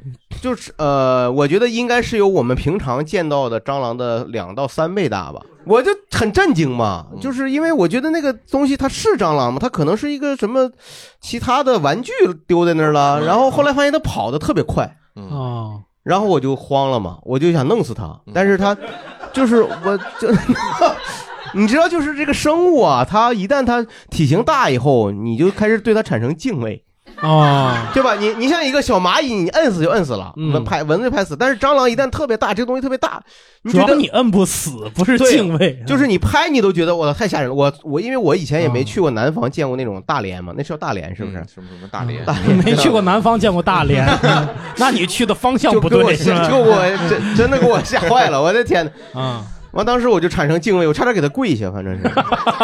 就是呃，我觉得应该是有我们平常见到的蟑螂的两到三倍大吧。我就很震惊嘛，就是因为我觉得那个东西它是蟑螂吗？它可能是一个什么其他的玩具丢在那儿了，然后后来发现它跑得特别快，哦，然后我就慌了嘛，我就想弄死它，嗯但是它就是我就。 你知道，就是这个生物啊，它一旦它体型大以后，你就开始对它产生敬畏。啊，对吧？你你像一个小蚂蚁，你摁死就摁死了，嗯蚊拍蚊子就拍死。但是蟑螂一旦特别大，这个东西特别大，你主觉要得你摁不死，不是对敬畏，就是你拍你都觉得我太吓人了。我我因为我以前啊也没去过南方，见过那种大连嘛，那是叫大连是不是？嗯什么什么大连？大你连 没去过南方，见过 大连，那你去的方向就不给我对，吓，就给我真真的给我 吓坏了，我的天哪！啊，完当时我就产生敬畏，我差点给他跪下，反正是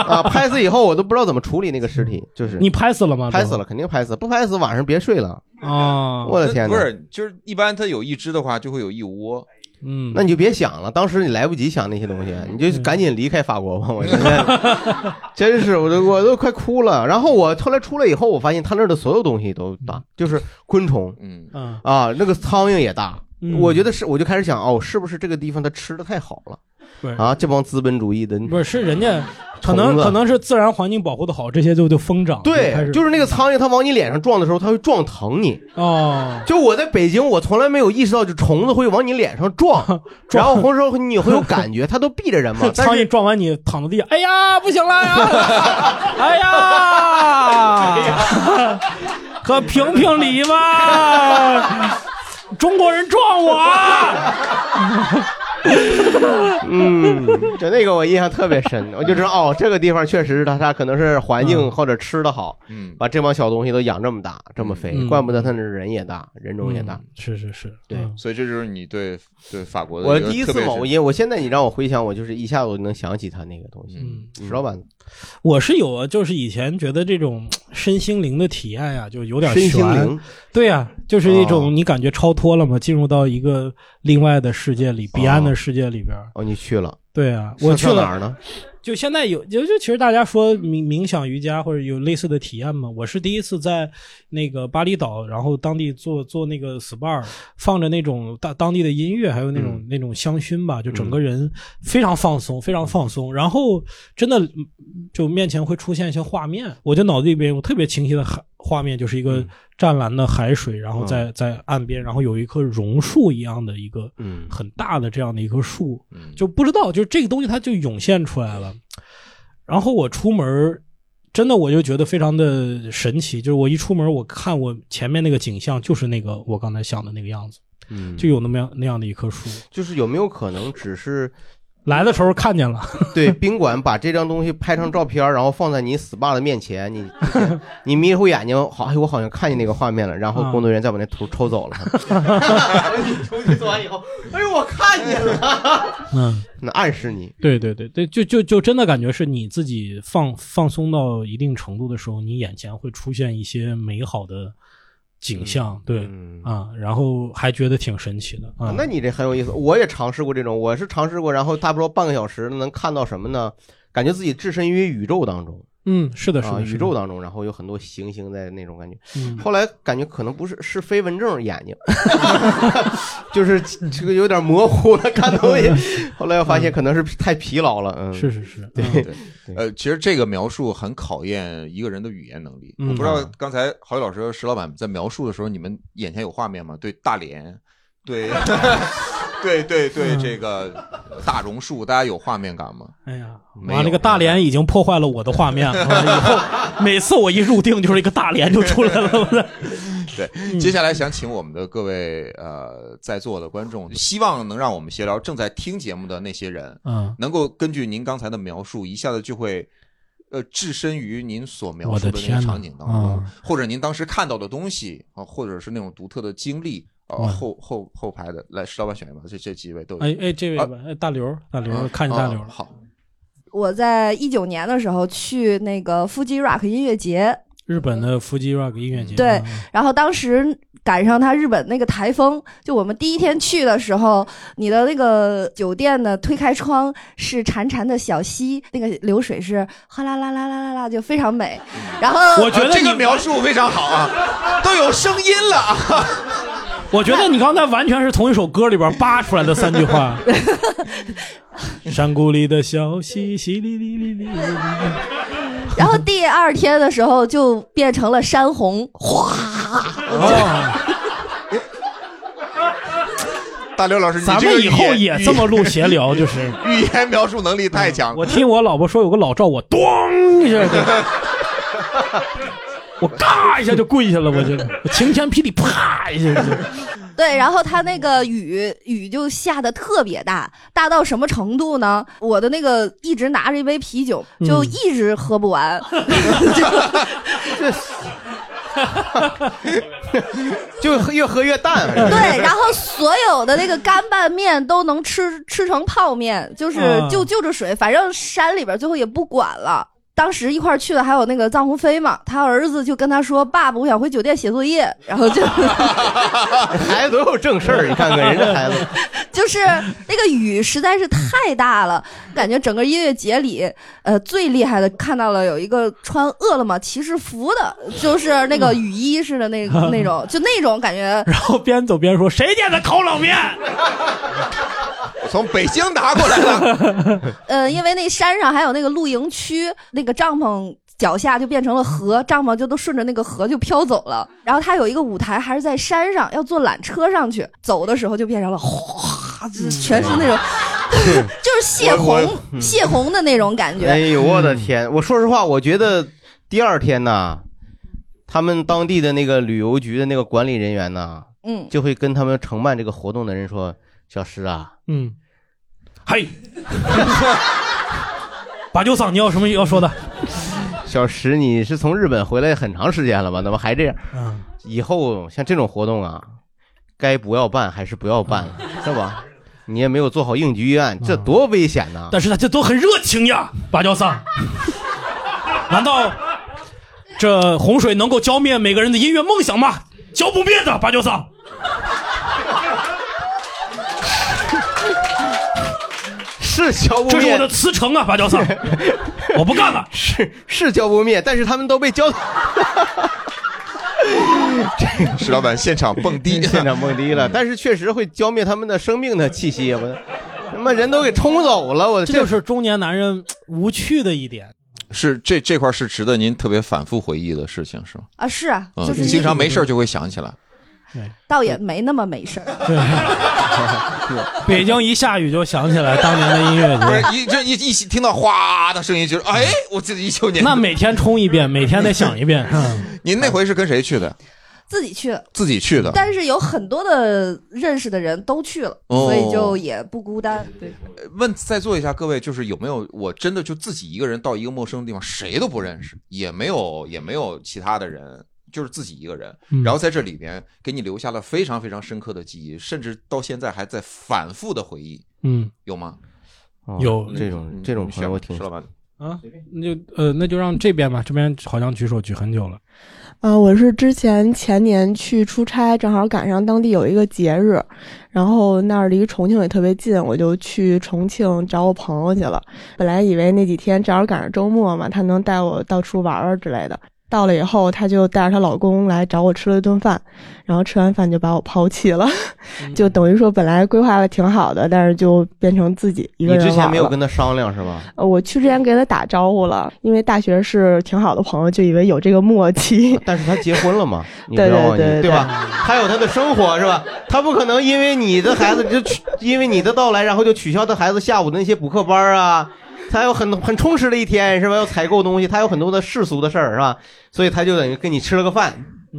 啊，拍死以后我都不知道怎么处理那个尸体，就是你拍死了吗？拍死了，肯定拍死，不拍死晚上别睡了。啊我的天哪不是，就是一般它有一只的话，就会有一窝。嗯那你就别想了，当时你来不及想那些东西，你就赶紧离开法国吧。我现在 真是，我都我都快哭了。然后我后来出来以后，我发现他那儿的所有东西都大，就是昆虫，嗯嗯啊，那个苍蝇也大。嗯我觉得是，我就开始想，哦，是不是这个地方它吃的太好了？不是啊，这帮资本主义的，不是是 人家可能虫子可能是自然环境保护的好，这些就就疯长，开对，始就是那个苍蝇，它往你脸上撞的时候，它会撞疼你。哦，就我在北京，我从来没有意识到，就虫子会往你脸上 撞，然后或者说你会有感觉，它都避着人嘛。但苍是蝇撞完你躺在地，上，哎呀，不行了 呀，哎哎呀，可评评理吧，中国人撞我啊，嗯， 就那个我印象特别深，我就知道哦，这个地方确实是它，它可能是环境或者吃的好，嗯，把这帮小东西都养这么大，这么肥，嗯怪不得它那人也大，人种也大。 是是是，嗯对，所以这就是你对对法国的我一个第一特次别嘛，是我因为我现在你让我回想，我就是一下子我就能想起他那个东西。嗯嗯石老板，我是有啊，就是以前觉得这种身心灵的体验呀、就有点身悬。心灵哦对呀、就是一种你感觉超脱了嘛，进入到一个另外的世界里，彼岸的世界里边。哦，你去了？对啊，我上去了哪儿呢？就现在有，就就其实大家说冥冥想瑜伽或者有类似的体验嘛。我是第一次在那个巴厘岛，然后当地做做那个 SPA，放着那种大当地的音乐，还有那种、那种香薰吧，就整个人非常放松，非常放松。然后真的嗯就面前会出现一些画面，我就脑子里边有特别清晰的海画面，就是一个湛蓝的海水，然后在在岸边，然后有一棵榕树一样的一个嗯很大的这样的一棵树，嗯就不知道，就是这个东西它就涌现出来了。然后我出门儿，真的我就觉得非常的神奇，就是我一出门儿，我看我前面那个景象，就是那个我刚才想的那个样子，嗯就有那么样那样的一棵树。就是有没有可能只是来的时候看见了， 对宾馆把这张东西拍成照片，然后放在你 SPA 的面前， 你你迷糊眼睛，好，哎，我好像看见那个画面了，然啊后工作人员再把那图抽走了。 哎出去做完以后，哎呦，我看见了。嗯，那暗示你。对对对对，就就就真的感觉是你自己放放松到一定程度的时候，你眼前会出现一些美好的景嗯象，对啊，然后还觉得挺神奇的啊。那你这很有意思，我也尝试过这种，我是尝试过，然后差不多半个小时能看到什么呢？感觉自己置身于宇宙当中。嗯，是的，是啊的，是的宇宙当中，然后有很多行星在那种感觉。嗯后来感觉可能不是是飞蚊症眼 睛，就是这个有点模糊了看东西。 后来我发现可能是太疲劳了。嗯，嗯是是是对对，呃，其实这个描述很考验一个人的语言能力。嗯我不知道刚才郝宇老师和石老板在描述的时候，你们眼前有画面吗？对大连， 对，对对对，这个大榕树，大家有画面感吗？嗯哎呀，没有哇，那个大连已经破坏了我的画面了。以后每次我一入定，就是一个大连就出来了。 对，接下来想请我们的各位呃在座的观众，希望能让我们闲聊正在听节目的那些人，嗯能够根据您刚才的描述，一下子就会。呃，置身于您所描我述的的那天个哪场景当中，嗯或者您当时看到的东西啊，或者是那种独特的经历啊，哇后后后排的来，石老板选一把，这这几位都有嗯哎哎，这位啊吧，哎大刘，啊大刘，看见大刘啊了。好，我在一九年的时候去那个腹肌 Rock 音乐节，日本的腹肌 rock 音乐节。对，然后当时赶上他日本那个台风，就我们第一天去的时候，你的那个酒店呢，推开窗是潺潺的小溪，那个流水是哗啦啦啦啦啦啦，就非常美。然后我觉得这个你描述非常好 啊，都有声音了啊。我觉得你刚才完全是从一首歌里边扒出来的三 句话。山谷里的小溪，淅沥沥沥沥沥。然后第二天的时候就变成了山洪，哗！大刘老师，你咱这个们语以后言也语这么录闲聊，就是。 语言描述能力太强了。我听我老婆说有个老赵，我咚一下 就，我嘎一下就跪下了，我就我晴天霹雳，啪一下就。对，然后它那个雨雨就下的特别大，大到什么程度呢？我的那个一直拿着一杯啤酒，就嗯一直喝不完。就喝越喝越淡。啊反正 对，然后所有的那个干拌面都能吃吃成泡面，就是啊就就着水，反正山里边最后也不管了。当时一块儿去的还有那个臧鸿飞嘛，他儿子就跟他说：“爸爸，我想回酒店写作业。”然后就孩子都有正事儿，你看看人家孩子。就是那个雨实在是太大了，感觉整个音乐节里，呃，最厉害的看到了有一个穿饿了么骑士服的，就是那个雨衣似的那那种，就那种感觉。然后边走边说：“谁点的烤冷面？我从北京拿过来了。呃，因为那山上还有那个露营区，那个帐篷脚下就变成了河，帐篷就都顺着那个河就飘走了。然后它有一个舞台，还是在山上，要坐缆车上去，走的时候就变成了哗，就是全是那种，就是泄我嗯洪我泄洪的那种感觉。哎呦我的天！我说实话，我觉得第二天呐，他们当地的那个旅游局的那个管理人员呐，嗯就会跟他们承办这个活动的人说：“小石啊，嗯，嘿，把酒嗓，你有什么要说的？小石，你是从日本回来很长时间了吧？怎么还这样？嗯以后像这种活动啊，该不要办还是不要办，是吧？你也没有做好应急预案，这多危险呐！但是大家都很热情呀，芭蕉桑。难道这洪水能够浇灭每个人的音乐梦想吗？浇不灭的，芭蕉桑。是浇不灭，这是我的辞呈啊，芭 蕉桑。我不干了，是是浇不灭，但是他们都被浇。 石老板现场蹦迪， 现场蹦迪 了，但是确实会浇灭他们的生命的气息，我的他妈人都给冲走了，我这就是中年男人无趣的 一点。是这这块是值得您特别反复回忆的事情是吗？啊，是啊，嗯，就是经常那没事儿就会想起来。倒嗯也没那么没事儿。 北京一下雨就想起来当年的音乐不是节。一这一一起听到哗的声音，就是哎，我记得一九年。那每天冲一遍，每天得想 一遍。嗯您那回是跟谁去的？ 自己去，自己去的。但是有很多的认识的人都去了，哦所以就也不孤单。对，问在座一下各位，就是有没有我真的就自己一个人到一个陌生的地方，谁都不认识，也没有也没有其他的人，就是自己一个人，嗯然后在这里边给你留下了非常非常深刻的记忆，甚至到现在还在反复的回忆，嗯，有吗？嗯哦有这种这种朋友我挺石老板啊，那就呃，那就让这边吧，这边好像举手举很久了。啊、我是之前前年去出差，正好赶上当地有一个节日，然后那儿离重庆也特别近，我就去重庆找我朋友去了。本来以为那几天正好赶上周末嘛，他能带我到处玩玩之类的。到了以后，她就带着她老公来找我吃了顿饭，然后吃完饭就把我抛弃了，嗯 就等于说本来规划的挺好的，但是就变成自己一你个人玩之前没有了跟他商量是吧？呃，我去之前跟他打招呼了，因为大学是挺好的朋友，就以为有这个默契。啊但是他结 婚了嘛，你对知道对吗？对你对吧？他有他的生活是吧？他不可能因为你的孩子就取，因为你的到来，然后就取消他孩子下午的那些补课班啊。他有很很充实的一天是吧？要采购东西，他有很多的世俗的事儿是吧？所以他就等于跟你吃了个饭，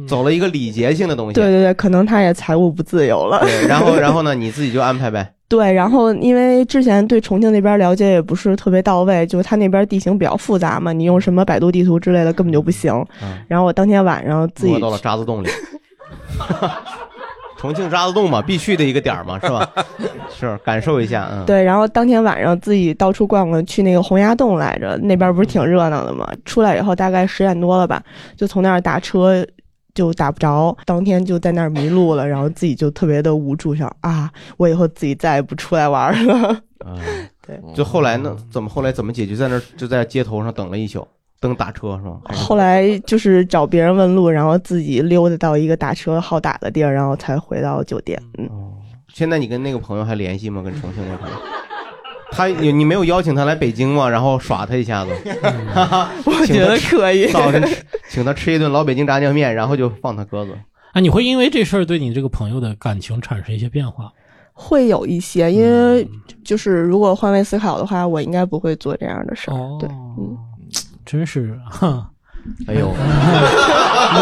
走了一个礼节性的东西。嗯对对对，可能他也财务不自由了。对然后然后呢，你自己就安排呗。对，然后因为之前对重庆那边了解也不是特别到位，就是它那边地形比较复杂嘛，你用什么百度地图之类的根本就不行。然后我当天晚上 自己啊摸到了渣子 洞里。重庆渣子洞嘛，必去的一个点儿嘛，是吧？是感受一下，嗯，对，然后当天晚上自己到处逛逛，去那个洪崖洞来着，那边不是挺热闹的嘛。出来以后大概十点多了吧，就从那儿打车就打不着，当天就在那儿迷路了，然后自己就特别的无助，想啊，我以后自己再也不出来玩儿了。 对，就后来呢？怎么后来怎么解决？在那儿就在街头上等了一宿，等打车是吧？还是后来就是找别人问路，然后自己溜达到一个打车好打的地儿，然后才回到酒店。嗯，现在你跟那个朋友还联系吗？跟重庆那朋友， 他你你没有邀请他来北京吗？然后耍他一下子， 我 请觉他得吃可以。早晨吃请他吃一顿老北京炸酱面，然后就放他鸽子。哎，你会因为这事儿对你这个朋友的感情产生一些变化？会有一些，因为就是如果换位思考的话，我应该不会做这样的事儿。对，嗯，真是，哈， 哎呦，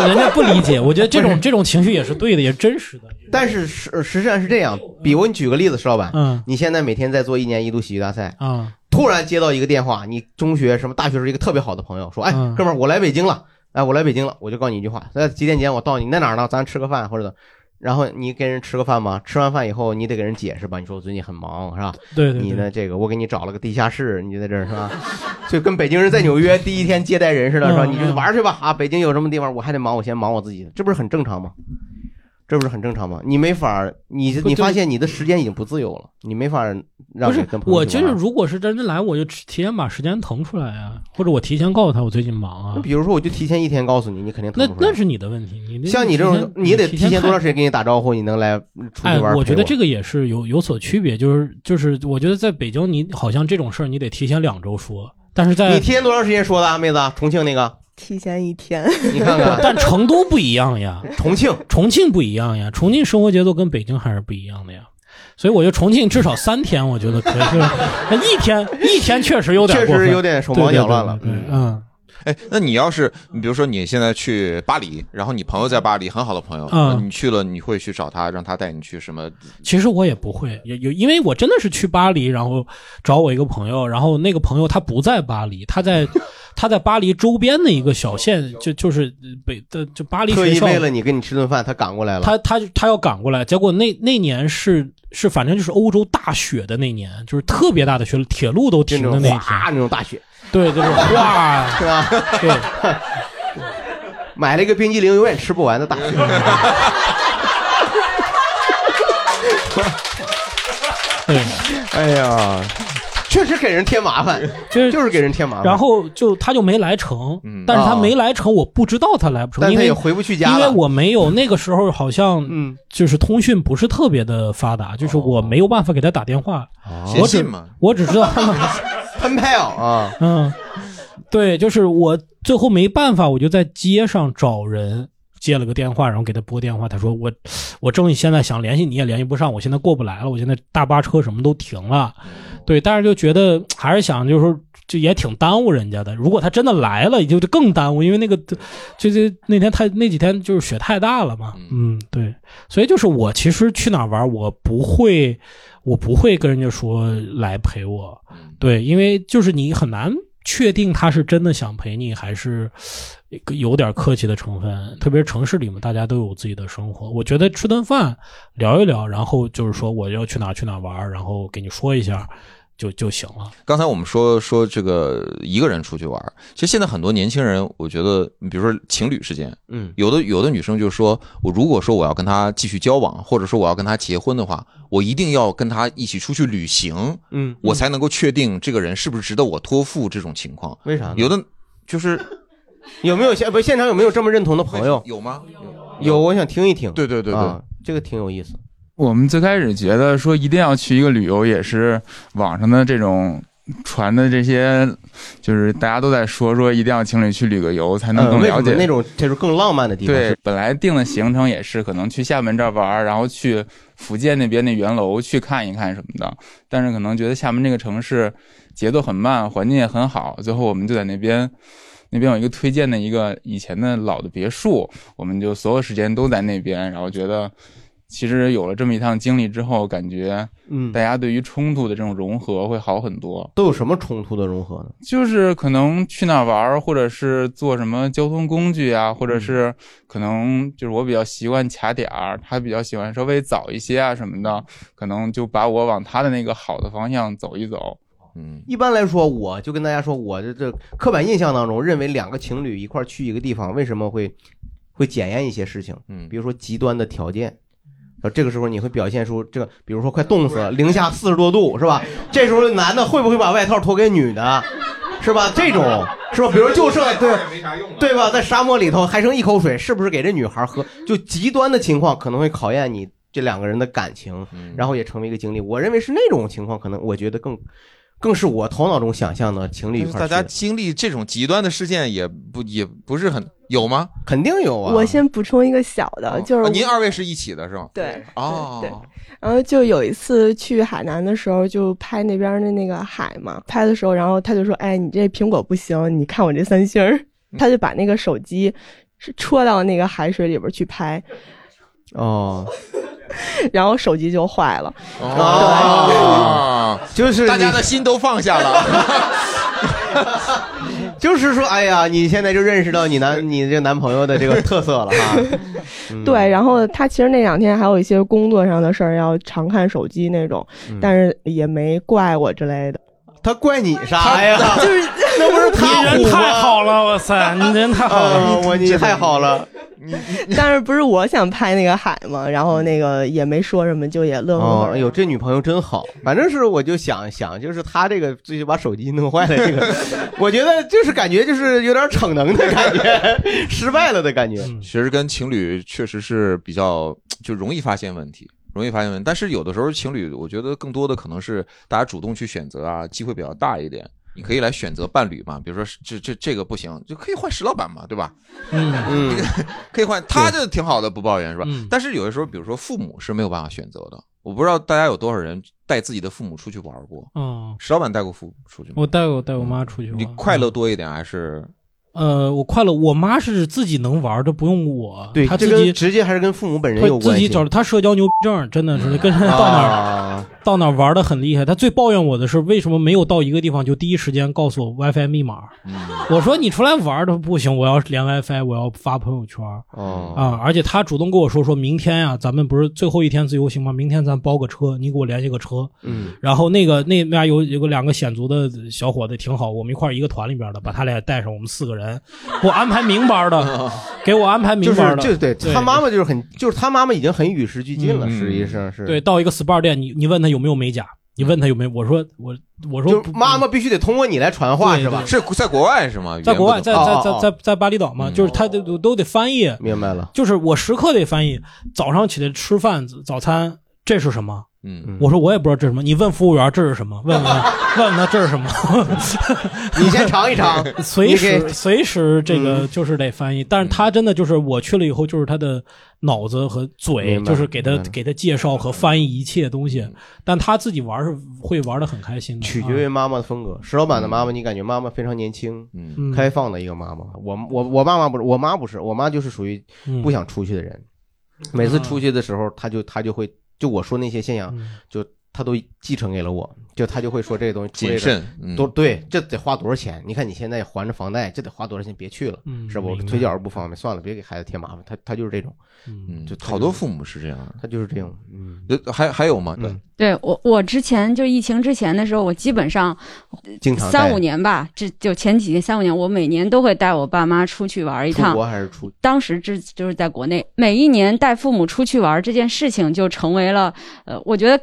人家不理 解，我觉得这种这种情绪也是对的，也是真实的。但是实实际上是这样，比如你举个例子，石老板，嗯，你现在每天在做一年一度喜剧大赛， 啊，突然接到一个电话，你中学什么大学时候一个特别好的朋友说，哎，嗯哥们儿，我来北京了，哎，我来北京了，我就告诉你一句话，那几点几点我到，你在哪儿呢？咱吃个饭或者怎么。然后你给人吃个饭吧，吃完饭以后你得给人解释吧，你说我最近很忙是吧？对对对你呢这个我给你找了个地下室，你就在这儿是吧？ 就跟北京人在纽约第一天接待人似的，是吧？嗯你就玩去吧啊，北京有什么地方我还得忙，我先忙我自己的，这不是很正常吗？这不是很正常吗？你没法儿，你不你就发现你的时间已经不自由了，你没法儿让不你是跟朋友我，去就是玩儿如果是真的来，我就提前把时间腾出来啊，或者我提前告诉他我最近忙啊那。比如说，我就提前一天告诉你，你肯定腾那不出来那是你的问题，你那像你这提种前，你得提前多长看时间给你打招呼，你能来出去哎，玩儿陪？我觉得这个也是有有所区别，就是就是，我觉得在北京，你好像这种事儿你得提前两周说，但是在你提前多长时间说的啊，妹子？重庆那个，提前一天。你看看 但成都不一样呀，重庆重庆不一样呀，重庆生活节奏跟北京还是不一样的呀。所以我觉得重庆至少三天，我觉得可 以，就是一天一天确实有点确过分实有点手忙脚乱了。。对对对对对嗯，哎，那你要是你比如说你现在去巴黎，然后你朋友在巴黎，很好的朋友，嗯那你去了，你会去找他，让他带你去什么？其实我也不会，有有，因为我真的是去巴黎，然后找我一个朋友，然后那个朋友他不在巴黎，他在 他在巴黎周边的一个小县，就就是北的就巴黎特学意校。为了你跟你吃顿饭，他赶过来了。他他他要赶过来，结果那那年是是反正就是欧洲大雪的那年，就是特别大的雪，铁路都停的那天，那种大雪，啊 对，就是哗，是吧？对， 买了一个冰激凌，永远吃不完的 大雪。哎呀，确实给人添麻烦，就是就是给人添麻烦。然后就他就没来成，但是他没来成，我不知道他来不嗯成，啊但因他为也回不去家因了为我没有那个时候好像，嗯，就是通讯不是特别的发达，就是哦我没有办法给他打电话，写我信只嘛我只知 道他们，喷票啊，嗯，对，就是我最后没办法，我就在街上找人。接了个电话，然后给他拨电话，他说我，我正现在想联系你也联系不上，我现在过不来了，我现在大巴车什么都停了，对，但是就觉得还是想就是说就也挺耽误人家的。如果他真的来了，也就更耽误，因为那个就就那天太那几天就是雪太大了嘛，嗯，对，所以就是我其实去哪儿玩，我不会，我不会跟人家说来陪我，嗯对，因为就是你很难确定他是真的想陪你，还是有点客气的成分。特别是城市里嘛，大家都有自己的生活，我觉得吃顿饭聊一聊，然后就是说我要去哪儿去哪儿玩儿，然后给你说一下。就就行了。 刚才我们说说这个一个人出去玩儿，其实现在很多年轻人，我觉得，比如说情侣之间，嗯有的有的女生就说，我如果说我要跟他继续交往，或者说我要跟他结婚的话，我一定要跟他一起出去旅行，嗯我才能够确定这个人是不是值得我托付这种情况。为啥呢有的就是有没有现不现场有没有这么认同的朋友？有吗？有，我想听一听。对对对对这个挺有意思。我们最开始觉得说一定要去一个旅游，也是网上的这种传的这些，就是大家都在说说一定要情侣去旅个游才能呃更为了什解么那种就是更浪漫的地方对是，本来定的行程也是可能去厦门这儿玩儿，然后去福建那边那园楼去看一看什么的，但是可能觉得厦门这个城市节奏很慢，环境也很好，最后我们就在那边。那边有一个推荐的一个以前的老的别墅，我们就所有时间都在那边，然后觉得其实有了这么一趟经历之后，感觉嗯大家对于冲突的这种融合会好很多。都有什么冲突的融合呢？就是可能去那儿玩儿，或者是坐什么交通工具啊，或者是可能就是我比较习惯卡点儿，他比较喜欢稍微早一些啊什么的，可能就把我往他的那个好的方向走一走。嗯，一般来说，我就跟大家说，我这这刻板印象当中认为两个情侣一块儿去一个地方，为什么会会检验一些事情？嗯，比如说极端的条件。呃这个时候你会表现出这个，比如说快冻死了，零下四十多度是吧？这时候男的会不会把外套脱给女的，是吧？这种是吧？比如就剩对对吧？在沙漠里头还剩一口水，是不是给这女孩喝？就极端的情况可能会考验你这两个人的感情，然后也成为一个经历。我认为是那种情况，可能我觉得更更是我头脑中想象的情侣一但块是儿大去家经历这种极端的事件也不也不是很有吗？肯定有啊。哦我先补充一个小的，就是啊我您二位是一起的是吗？对哦，对然后就有一次去海南的时候，就拍那边的那个海嘛，拍的时候，然后他就说：“哎，你这苹果不行，你看我这三星儿。”嗯他就把那个手机是戳到那个海水里边去拍，哦，然后手机就坏了。哦，就是大家的心都放下了。就是说，哎呀，你现在就认识到你男你这男朋友的这个特色了哈。 嗯对，然后他其实那两天还有一些工作上的事儿，要常看手机那种，嗯但是也没怪我之类的。他怪你啥呀？就是那不是他你人太好了，哇塞，你人太好了，啊我你太好了。 但是不是我想拍那个海嘛，然嗯后那个也没说什么，就也嗯乐呵哦，呵。哎呦，这女朋友真好。反正是我就想想，就是他这个最起把手机弄坏了，这个 我觉得就是感觉就是有点逞能的感觉， 失败了的感觉。其实跟情侣确实是比较就容易发现问题，容易发现问题。但是有的时候情侣，我觉得更多的可能是大家主动去选择啊，机会比较大一点。你可以来选择伴侣嘛，比如说是这这这个不行，就可以换石老板嘛，对吧？嗯嗯， 可以换，他就挺好的，不抱怨是吧嗯？但是有的时候，比如说父母是没有办法选择的。我不知道大家有多少人带自己的父母出去玩过。嗯，石老板带过父母出去吗？我带我带我妈出去玩你，快乐多一点还是？呃，我快乐，我妈是自己能玩的，不用我，对，她这自跟己直接还是跟父母本人有她关系。自己找她社交牛逼症，真的是跟人家 到哪儿啊到哪儿玩的很厉害。她最抱怨我的是为什么没有到一个地方就第一时间告诉我 WiFi 密码。嗯 我说你出来玩的不行，我要连 WiFi，我要发朋友圈。哦啊，而且她主动跟我说，说明天呀、咱们不是最后一天自由行吗？明天咱包个车，你给我联系个车。嗯，然后那个那边有有个两个显族的小伙子挺好，我们一块儿一个团里边的，把他俩带上，我们四个人，给我安排明班的，给我安排就明是班的。哦就对他妈妈就是很就是他妈妈已经很与时俱进了，嗯实际上是对，到一个 SPA 店，你你问他有没有美甲，你问他有没有，我说我我说就是妈妈必须得通过你来传话是吧？是在国外是吗？在国外，在在哦哦在哦在在巴厘岛嘛，就是他都都得翻译，明白了。就是我时刻得翻译。早上起来吃饭早餐，这是什么？嗯，我说我也不知道这是什么，你问服务员这是什么？问问他，问问他这是什么？ 你先尝一尝 随你给嗯时随时这个就是得翻译，但是他真的就是我去了以后，就是他的脑子和嘴，明白就是给他明白嗯给他介绍和翻译一切东西，但他自己玩是会玩的很开心的。啊取啊决于妈妈的风格。石老板的妈妈，你感觉妈妈非常年轻，嗯开放的一个妈妈。我我我妈妈不是，我妈不是，我妈就是属于嗯不嗯想出去的人。每次出去的时候，她就她就会就我说那些现象，就他都继承给了我，就他就会说这个东西谨这个慎嗯多对，这得花多少钱？你看你现在还着房贷，这得花多少钱？别去了，嗯是不？明白腿脚儿不方便，算了，别给孩子添麻烦。他他就是这种，嗯，就好多父母是这样，他就是这样，嗯，呃还还有吗？对，对我，我之前就疫情之前的时候，我基本上经常带三五年吧，这就前几年三五年，我每年都会带我爸妈出去玩一出趟国。还是出当时这就是在国内，每一年带父母出去玩这件事情，就成为了呃，我觉得。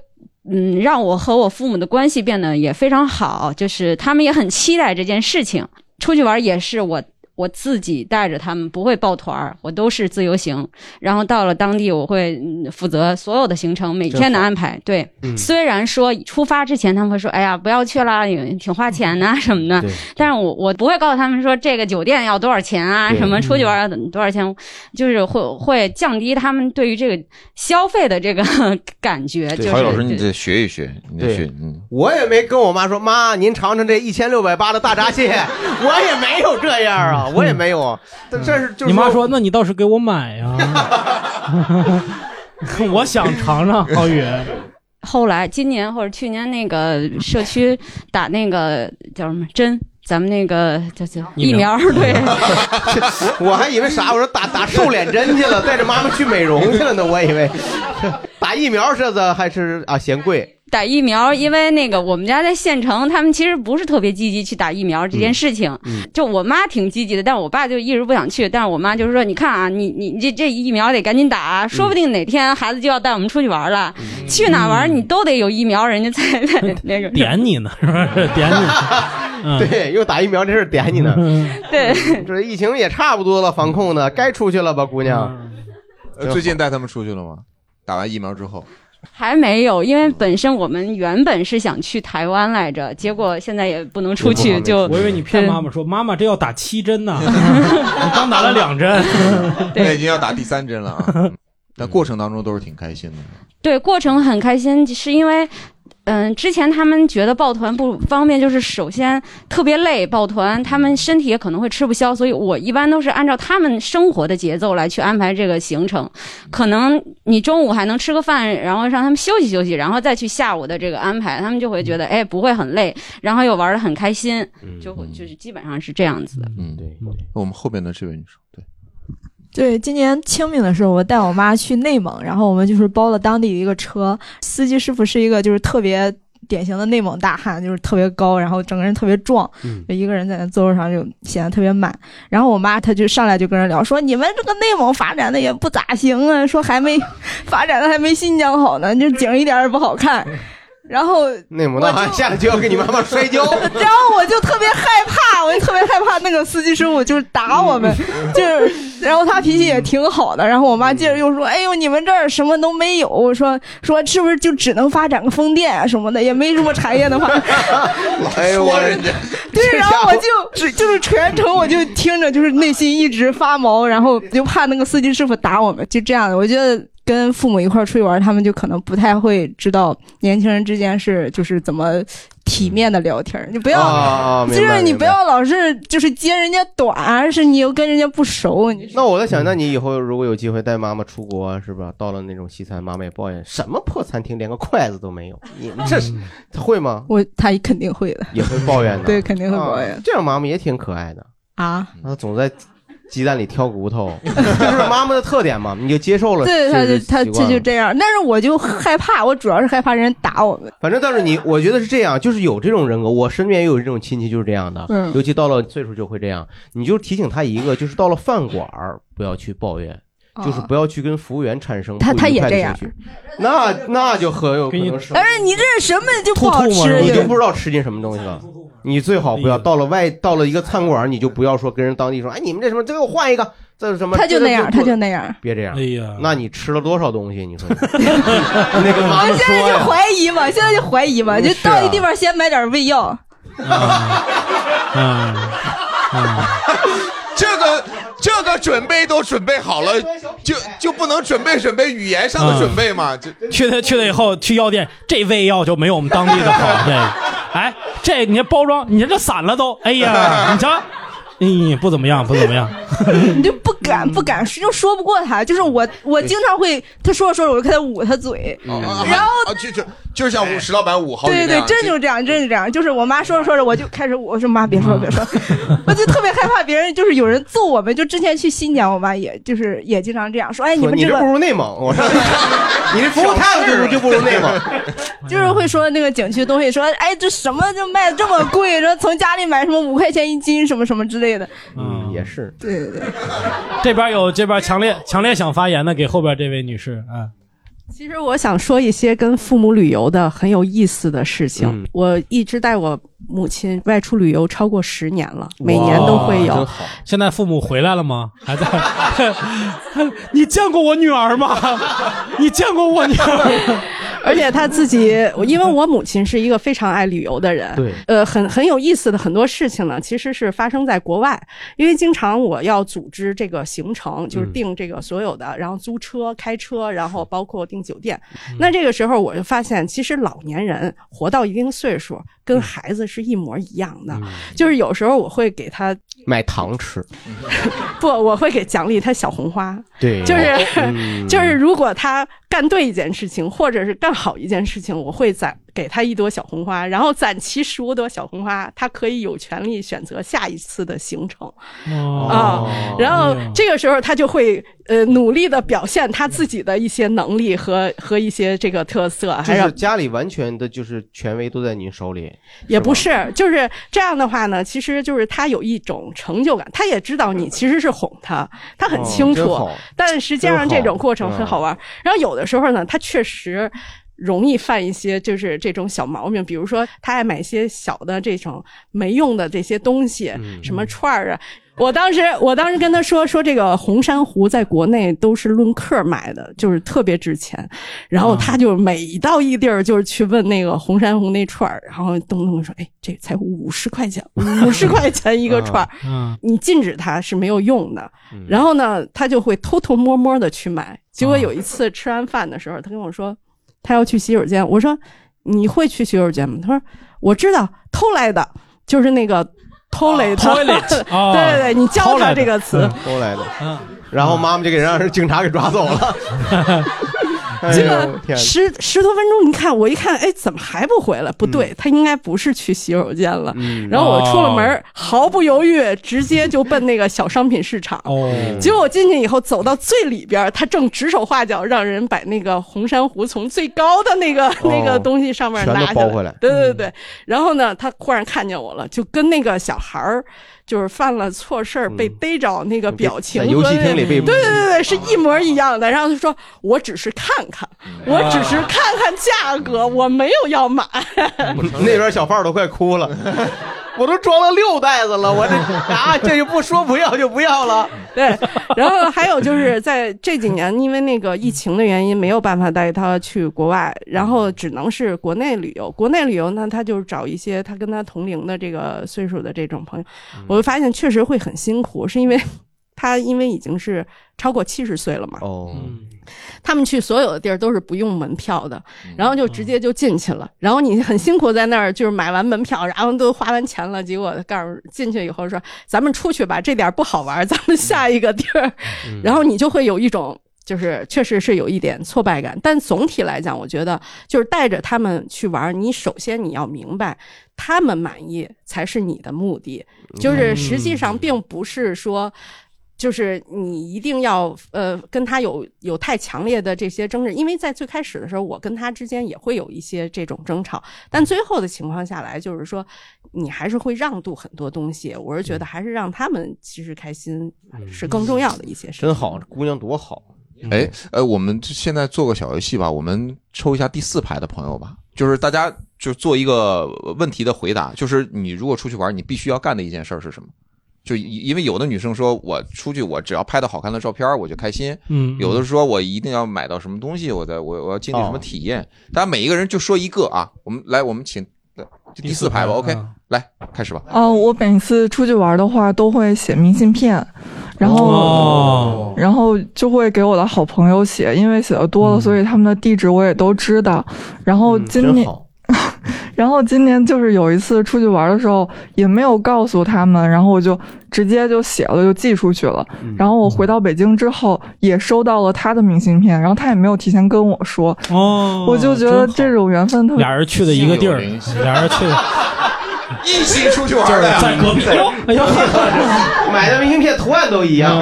嗯，让我和我父母的关系变得也非常好，就是他们也很期待这件事情。出去玩也是我我自己带着他们，不会抱团儿，我都是自由行。然后到了当地，我会嗯负责所有的行程，每天的安排。对，嗯虽然说出发之前他们会说：“哎呀，不要去啦，也挺花钱嗯呐、什么的对。”但是我我不会告诉他们说这个酒店要多少钱啊，对什么出去玩要多少钱，就是会会降低他们对于这个消费的这个 感觉。哎就是曹宇哎老师，你得学一学，你得对学，嗯，我也没跟我妈说，妈，您尝尝这一千六百八的大闸蟹， 我也没有这样啊，嗯我 也没有啊，但这是就是你妈说，那你倒是给我买啊 呀、我想尝尝，浩 宇。后来今年或者去年那个社区打那个叫什么针，咱们那个叫叫疫苗，对， 我还以为啥，我说打打瘦脸针去了，带着妈妈去美容去了呢，我以为 打疫苗这的还是啊嫌贵，打疫苗，因为那个我们家在县城，他们其实不是特别积极去打疫苗这件事情。嗯嗯就我妈挺积极的，但我爸就一直不想去。但是我妈就是说，你看啊，你你你这这疫苗得赶紧打啊，说不定哪天孩子就要带我们出去玩了，去哪玩你都得有疫苗，人家 才才那个点你呢，是不是？ 点你， 嗯对，又打疫苗这事儿点你呢， 对，这疫情也差不多了，防控的该出去了吧，姑娘，嗯呃最近带他们出去了吗？打完疫苗之后，还没有，因为本身我们原本是想去台湾来着，结果现在也不能出去，就嗯我以为你骗妈妈说妈妈这要打七针呢， 你刚打了两针。现在已经要打第三针了啊。 嗯但过程当中都是挺开心的，对，过程很开心，是因为。嗯，之前他们觉得抱团不方便，就是首先特别累，抱团他们身体也可能会吃不消，所以我一般都是按照他们生活的节奏来去安排这个行程。可能你中午还能吃个饭，然后让他们休息休息，然后再去下午的这个安排，他们就会觉得哎不会很累，然后又玩得很开心，嗯就会就是基本上是这样子的。嗯，对。我们后边的这位女生，对，对，今年清明的时候，我带我妈去内蒙，然后我们就是包了当地的一个车，司机师傅是一个就是特别典型的内蒙大汉，就是特别高，然后整个人特别壮，嗯就一个人在那座位上就显得特别满。然后我妈她就上来就跟人聊说，你们这个内蒙发展的也不咋行啊，说还没 发展的还没新疆好呢，这景儿一点儿也不好看。然后内蒙大汉下来就要跟你妈妈摔跤，然后我就特别害怕，我就特别害怕那个司机师傅就是打我们，就是，然后他脾气也挺好的，然后我妈接着又说，哎呦，你们这儿什么都没有，说说是不是就只能发展个风电啊什么的，也没什么产业能发展。哎呦我这对，然后我就只就是全程我就听着，就是内心一直发毛，然后就怕那个司机师傅打我们，就这样的。我觉得跟父母一块儿出去玩，他们就可能不太会知道年轻人之间是就是怎么体面的聊天儿。你不要，嗯啊啊明白就是你明不白要老是就是揭人家短，而是你又跟人家不熟。你那我在想，那你以后如果有机会带妈妈出国，啊是吧？到了那种西餐，妈妈也抱怨什么破餐厅，连个筷子都没有。你嗯们这是她会吗？我他肯定会的也会抱怨 的，对肯定会抱怨啊这样妈妈也挺可爱的，啊。她总在鸡蛋里挑骨头， 这是妈妈的特点嘛？你就接受了，对，他就就他习惯他了就这样，但是我就害怕，我主要是害怕人打我们。反正但是你，我觉得是这样，就是有这种人格，我身边也有这种亲戚就是这样的，嗯尤其到了岁数就会这样。你就提醒他一个，就是到了饭馆儿不要去抱怨。哦就是不要去跟服务员产生他不愉他也快这的情样绪，那那就很有可能是但是你这是什么就不好吃，你就有不知道吃进什么东西了。你最好哎不要到了外到了一个餐馆儿，你就不要说跟人当地说，哎，你们这什么，这给我换一个，这是什么？他就这个那样，不他就那样。别这样。哎呀，那你吃了多少东西？你 说那个妈妈我现说在就呀，啊怀疑嘛，现在就怀疑嘛，就到一地方先买点胃 药。嗯，这个这个准备都准备好了，就就不能准备准备语言上的准备吗？这去了去了以后，去药店，这味药就没有我们当地的好。对，哎，这你这包装，你这散了都，哎呀，你瞧，嗯，不怎么样，不怎么样。你就不敢不敢说，又说不过他，就是我我经常会他说着说着我就开始捂他嘴，嗯 然后啊就就就是像五石老板五毫米对那对样啊对，真就是这样，真是这样。就是我妈说着说着，我就开始我说妈别嗯说别说， 我就特别害怕别人就是有人揍我们。就之前去新疆，我妈也就是也经常这样说，哎说们你这这个不如内蒙，我 说你这服务态度就不如内蒙。就是会说那个景区东西说，哎这什么就卖得这么贵，说从家里买什么五块钱一斤什么什么之类的，嗯，也是。对对对。 这边有这边强烈强烈想发言的，给后边这位女士啊。其实我想说一些跟父母旅游的很有意思的事情。嗯我一直带我母亲外出旅游超过十年了，每年都会有。现在父母回来了吗？还在？ 你见过我女儿吗？你 见过我女儿？而且她自己，因为我母亲是一个非常爱旅游的人，对呃，很很有意思的很多事情呢，其实是发生在国外。因为经常我要组织这个行程，就是嗯订这个所有的，然后租车、开车，然后包括订酒店。嗯那这个时候我就发现，其实老年人活到一定岁数，跟嗯孩子是一模一样的。就是有时候我会给他买糖吃，不，我会给奖励他小红花。对就是、 嗯就是，如果他干对一件事情，或者是干好一件事情，我会攒给他一朵小红花，然后攒齐十五朵小红花，他可以有权利选择下一次的行程。啊、然后这个时候他就会呃努力的表现他自己的一些能力和和一些这个特色，就还有是家里完全的就是权威都在您手里，也不是，就是这样的话呢，其实就是他有一种成就感，他也知道你其实是哄他，他很嗯哦清真楚，好但实际上真好嗯这种过程很好玩。然后有的时候呢，他确实。容易犯一些就是这种小毛病，比如说他爱买一些小的这种没用的这些东西，什么串儿啊。我当时我当时跟他说说这个红珊瑚在国内都是论克买的，就是特别值钱。然后他就每到一地儿就是去问那个红珊瑚那串儿，然后东东说：“哎，这才五十块钱，五十块钱一啊个串儿。”嗯，你禁止他是没有用的嗯。然后呢，他就会偷偷摸摸的去买。结啊果有一次吃完饭的时候，他跟我说他要去洗手间，我说你会去洗手间吗？他说我知道，偷来的，就是那个偷来的。 toilet，哦 对对对，你教偷来他的嗯这个词。偷来的。然后妈妈就给让人警察给抓走 了。哎这呦个天哪十十多分钟，你看我一看，哎，怎么还不回来？不嗯对，他应该不是去洗手间了。然后我出了门哦，毫不犹豫，直接就奔那个小商品市场。哦结果我进去以后，走到最里边，他正指手画脚，让人把那个红珊瑚从最高的那个、那个东西上面哦全都拿下包回来嗯对对对。然后呢，他忽然看见我了，就跟那个小孩儿。就是犯了错事儿被逮着，那个表情嗯在游戏和那厅里被对对对对，是一模一样的。然后他说：“我只是看看，我只是看看价格，我没有要买。那边小胖都快哭了， 我都装了六袋子了，我这啊，这就不说不要就不要了。” 对，然后还有就是在这几年，因为那个疫情的原因，没有办法带他去国外，然后只能是国内旅游。国内旅游呢，他就是找一些他跟他同龄的这个岁数的这种朋友，我就发现确实会很辛苦，是因为他因为已经是超过七十岁了嘛。哦。他们去所有的地儿都是不用门票的，然后就直接就进去了。然后你很辛苦在那儿，就是买完门票，然后都花完钱了，结果告诉进去以后说咱们出去吧，这点儿不好玩儿，咱们下一个地儿。 然后你就会有一种。就是确实是有一点挫败感，但总体来讲，我觉得就是带着他们去玩儿，你首先你要明白，他们满意才是你的目的，就是实际上并不是说就是你一定要呃跟他有有太强烈的这些争执，因为在最开始的时候，我跟他之间也会有一些这种争吵，但最后的情况下来，就是说你还是会让渡很多东西。我是觉嗯得还是让他们其实开心是更重要的一些事。 真好，这姑娘多好。哎，呃，我们现在做个小游戏啊吧，我们抽一下第四排的朋友吧，就是大家就做一个问题的回答，就是你如果出去玩，你必须要干的一件事儿是什么？就因因为有的女生说我出去，我只要拍到好看的照片儿我就开心，嗯嗯有的说我一定要买到什么东西，我在我我要经历什么哦体验，大家每一个人就说一个啊，我们来，我们请呃就第四排吧，OK，来开始吧。哦，我每次出去玩的话都会写明信片，然后、哦然后就会给我的好朋友写，因为写的多了，嗯所以他们的地址我也都知道。然后今年。 然后今年就是有一次出去玩的时候，也没有告诉他们，然后我就直接就写了就寄出去了。然后我回到北京之后也收到了他的明信片，然后他也没有提前跟我说，哦我就觉得这种缘分特别。俩人去的一个地儿，俩 人去的一起出去玩的呀，在隔壁对 哎呦，买的明信片图案都一样，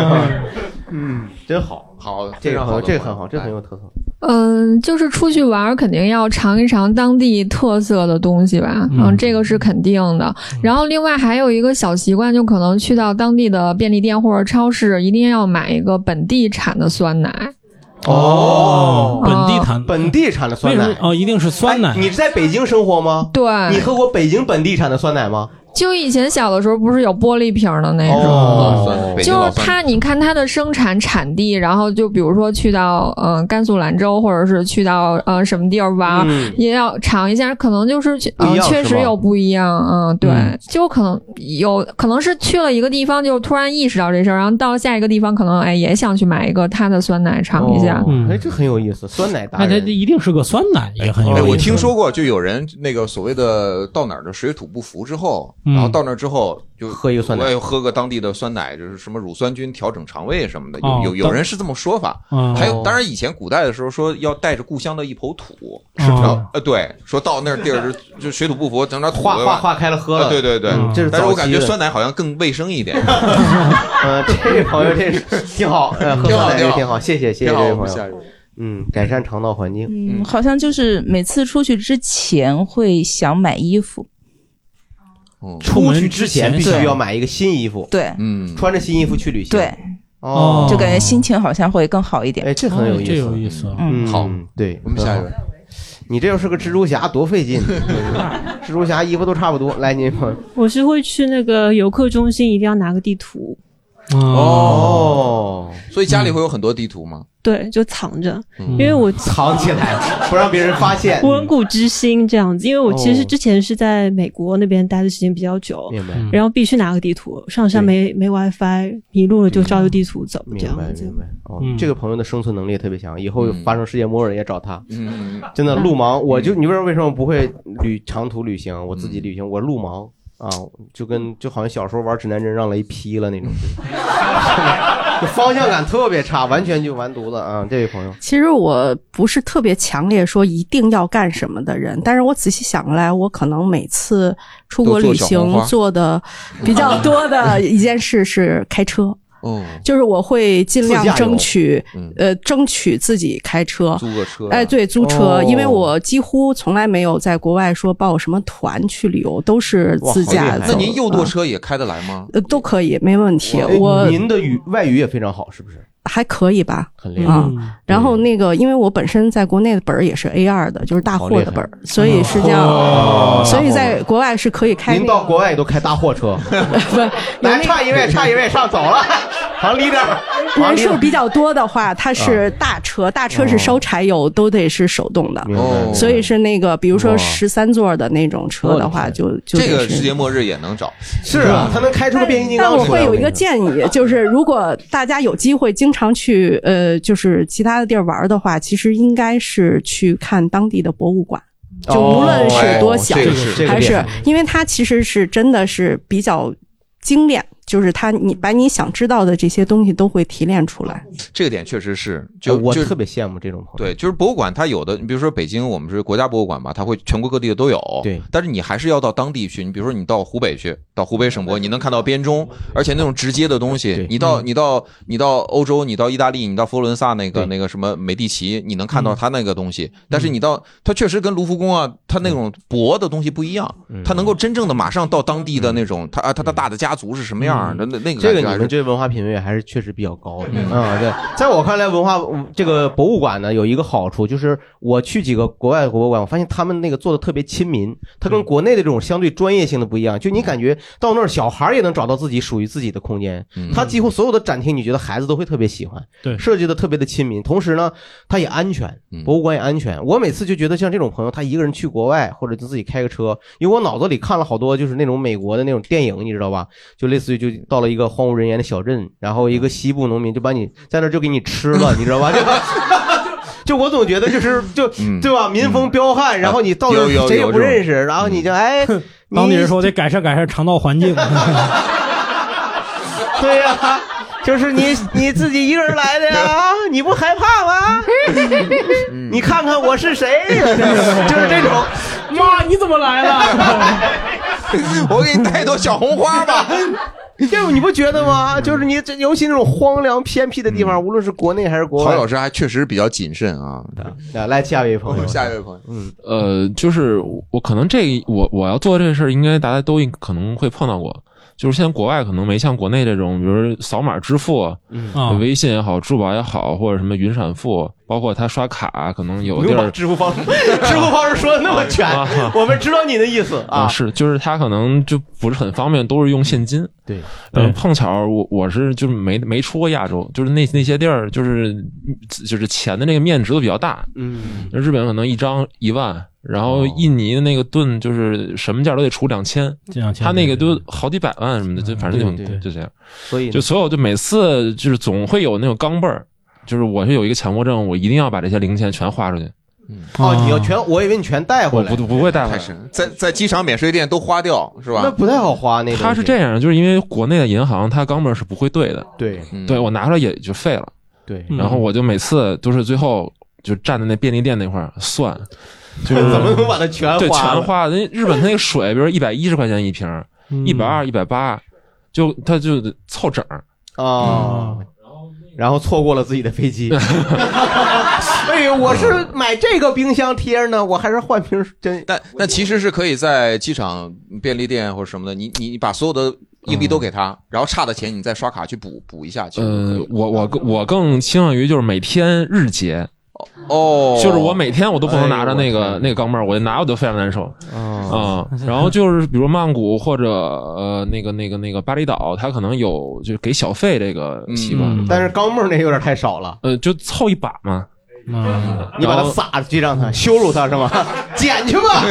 嗯，真好，好，这非个常好很的这个玩很好，这个很有特色。嗯，就是出去玩儿肯定要尝一尝当地特色的东西吧，嗯嗯，这个是肯定的。然后另外还有一个小习惯，就可能去到当地的便利店或者超市，一定要买一个本地产的酸奶。哦本地产本地产的酸为奶哎什么哦，一定是酸奶。你呃是在北京生活吗？对，你喝过北京本地产的酸奶吗？就以前小的时候不是有玻璃瓶儿的那种吗，哦酸北京就老是酸它，你看它的生产产地，然后就比如说去到嗯、呃甘肃兰州，或者是去到呃什么地儿玩儿，嗯也要尝一下，可能就是去不呃一样确是实吗有不一样，嗯，对，嗯就可能有可能是去了一个地方，就突然意识到这事儿，然后到下一个地方可能哎也想去买一个它的酸奶尝一下，哦嗯嗯哎，这很有意思，酸奶达那它人。一定是个酸奶，也很有意哎，思。我听说过，就有人那个所谓的到哪儿的水土不服之后，嗯然后到那儿之后就喝一个酸奶我也喝个当地的酸奶，就是什么乳酸菌调整肠胃什么的，哦有有有当人是这么说法哦。还有，当然以前古代的时候说要带着故乡的一抔土，是然后吗呃对，说到那儿地儿就就水土不服，整点土化对化吧化开了喝了啊对对对嗯这是，但是我早感期觉的酸奶好像更卫生一 点。呃，这位朋友这是挺好，呃，喝挺好酸奶挺这好挺好，谢谢谢谢挺这好位不朋吓友。嗯，改善肠道环境。嗯，好像就是每次出去之前会想买衣服，嗯出去之前必须对要买一个新衣服，对，嗯，穿着新衣服去旅行，对，哦嗯就感觉心情好像会更好一点。哎，这很有意思，嗯，嗯，好，对，我们下一位。你这要是个蜘蛛侠，多费 劲！嗯蜘蛛侠衣服都差不多。来，您 朋友我是会去那个游客中心，一定要拿个地图，哦，所以家里会有很多地图吗？对，就藏着，嗯因为我藏起来，哦不让别人发现。文古之心这样子，因为我其实之前是在美国那边待的时间比较久，哦明白然后必须拿个地图，上山没没 WiFi，迷路了就照着地图走，这明样白，子。明白。哦嗯，这个朋友的生存能力也特别强，以后发生世界末日也找他。嗯，真的路盲，我就你不知道为什么不会旅长途旅行，我自己旅行我路盲啊，就跟就好像小时候玩指南针让雷劈了那种，就方向感特别差，完全就完犊子啊！这位朋友，其实我不是特别强烈说一定要干什么的人，但是我仔细想来，我可能每次出国旅都做小红行花做的比较多的一件事是开车。哦，就是我会尽量自驾游嗯争取，呃，争取自己开车，租个啊车哎，对，租车，哦因为我几乎从来没有在国外说报什么团去旅游，都是哇自好厉驾走害的。嗯那您右舵车也开得来吗？呃都可以，没问题。哎我您的语外语也非常好，是不是？还可以吧，很厉害啊嗯。然后那个，因为我本身在国内的本儿也是 A 二的，就是大货的本儿好厉，害所以是这样哦，所以在国外是可以开那您个。到国外都开大货车，来差一位，差一位上走了，旁离点儿，旁 人离点数儿比较多的话，它是大车，大车是收柴油，都得是手动的明白明，白所以是那个，比如说哇十三座的那种车的话，就就这得个是世界末日也能找，是啊，他能开出个变形金刚但我出来会有一跟个你建议， 就是如果大家有机会经常去呃，就是其他的地儿玩的话，其实应该是去看当地的博物馆。就无论是多小，哦哎这个是这个还是厉害因为它其实是真的是比较精炼，就是它你把你想知道的这些东西都会提炼出来。这个点确实是，就哎我就特别羡慕这种朋友。对，就是博物馆，它有的，你比如说北京，我们是国家博物馆吧，它会全国各地的都有。对，但是你还是要到当地去。你比如说，你到湖北去，到湖北省博，你能看到编钟，而且那种直接的东西。嗯你到你到你到欧洲，你到意大利，你到佛罗伦萨那个那个什么美第奇，你能看嗯到它那个东西。但是你到它确实跟卢浮宫啊，它那种嗯博的东西不一样，它能够真正的马上到当地的那种，它啊它它大的家族是什么样儿的，那那嗯个这个感觉还你是们这文化品位还是确实比较高的嗯啊、对，在我看来，文化嗯这个博物馆呢有一个好处，就是我去几个国外的博物馆，我发现他们那个做的特别亲民，它嗯跟国内的这种相对专业性的不一样。就你感觉到那儿，小孩儿也能找到自己属于自己的空间。嗯它几乎所有的展厅，你觉得孩子都会特别喜欢，对设计的特别的亲民，同时呢，它也安全，嗯博物馆也安全。我每次就觉得像这种朋友，他一个人去国外或者就自己开个车，因为我脑子里看了好多就是那种美国的那种电影，你知道吧？就类似于就到了一个荒无人烟的小镇，然后一个西部农民就把你在那儿就给你吃 了，你知道吧？就 就我总觉得就是就对吧，民风彪悍，然后你到那嗯啊有有儿谁也有嗯不这种认识，然后你就哎， 当地你人说得改善改善肠道环境， 对呀、就是你你自己一个人来的 呀，你不害怕吗？嗯你看看我是谁， 就是这种。妈，你怎么来了？我给你带朵小红花 吧。嗯要不你不觉得吗？就是你这，尤其那种荒凉偏僻的地方，无论是国内还是国陶外嗯老，师还确实比较谨慎啊。来，下一位朋友，下一位朋友，嗯，呃，就是我可能这我我要做这事儿，应该大家都应可能会碰到过。就是现在国外可能没像国内这种，比如扫码支付啊、嗯啊微信也好、支付宝也好，或者什么云闪付，包括他刷卡，可能有不地用把 嗯儿支付方支付方式说的那么全啊啊，我们知道你的意思嗯啊。是，就是他可能就不是很方便，都是用现金。对，然后碰巧我我是就是没没出过亚洲，就是那那些地儿，就是就是钱的那个面值都比较大。嗯，日本可能一张一万，然后印尼的那个盾就是什么价都得出两千， 2000他那个都好几百万什么的，就反正就对很对就这样。所以就所有就每次就是总会有那种钢镚儿，就是我是有一个强迫症，我一定要把这些零钱全花出去。哦，你要全，我以为你全带回来，不嗯不会带回来，在在机场免税店都花掉是吧？那不太好花那它是这样，就是因为国内的银行它钢镚儿是不会兑的，对，对我拿出来也就废了。嗯对然后我就每次都是最后就站在那便利店那块儿 算，就是怎么能把它全花对了全花了。那日本它那个水，比如一百一十块钱一瓶儿，一百二、一百八，就它就得凑整儿。哦，然后错过了自己的飞机。哎呦，我是买这个冰箱贴呢，我还是换瓶真但那其实是可以在机场便利店或者什么的，你你你把所有的硬币都给嗯他，然后差的钱你再刷卡去补补一下去。 呃，我我更我更倾向于就是每天日结。哦嗯就是我每天我都不能拿着那哎呦个、那个钢镚儿，我拿我都非常难受。哎哦啊、然后就是比如曼谷或者呃那个那个那个巴厘岛，它可能有就是给小费这个习惯，嗯但是钢镚儿那有点太少了。呃，就凑一把嘛。你把它撒出去，让他羞辱他是吗？捡去吧。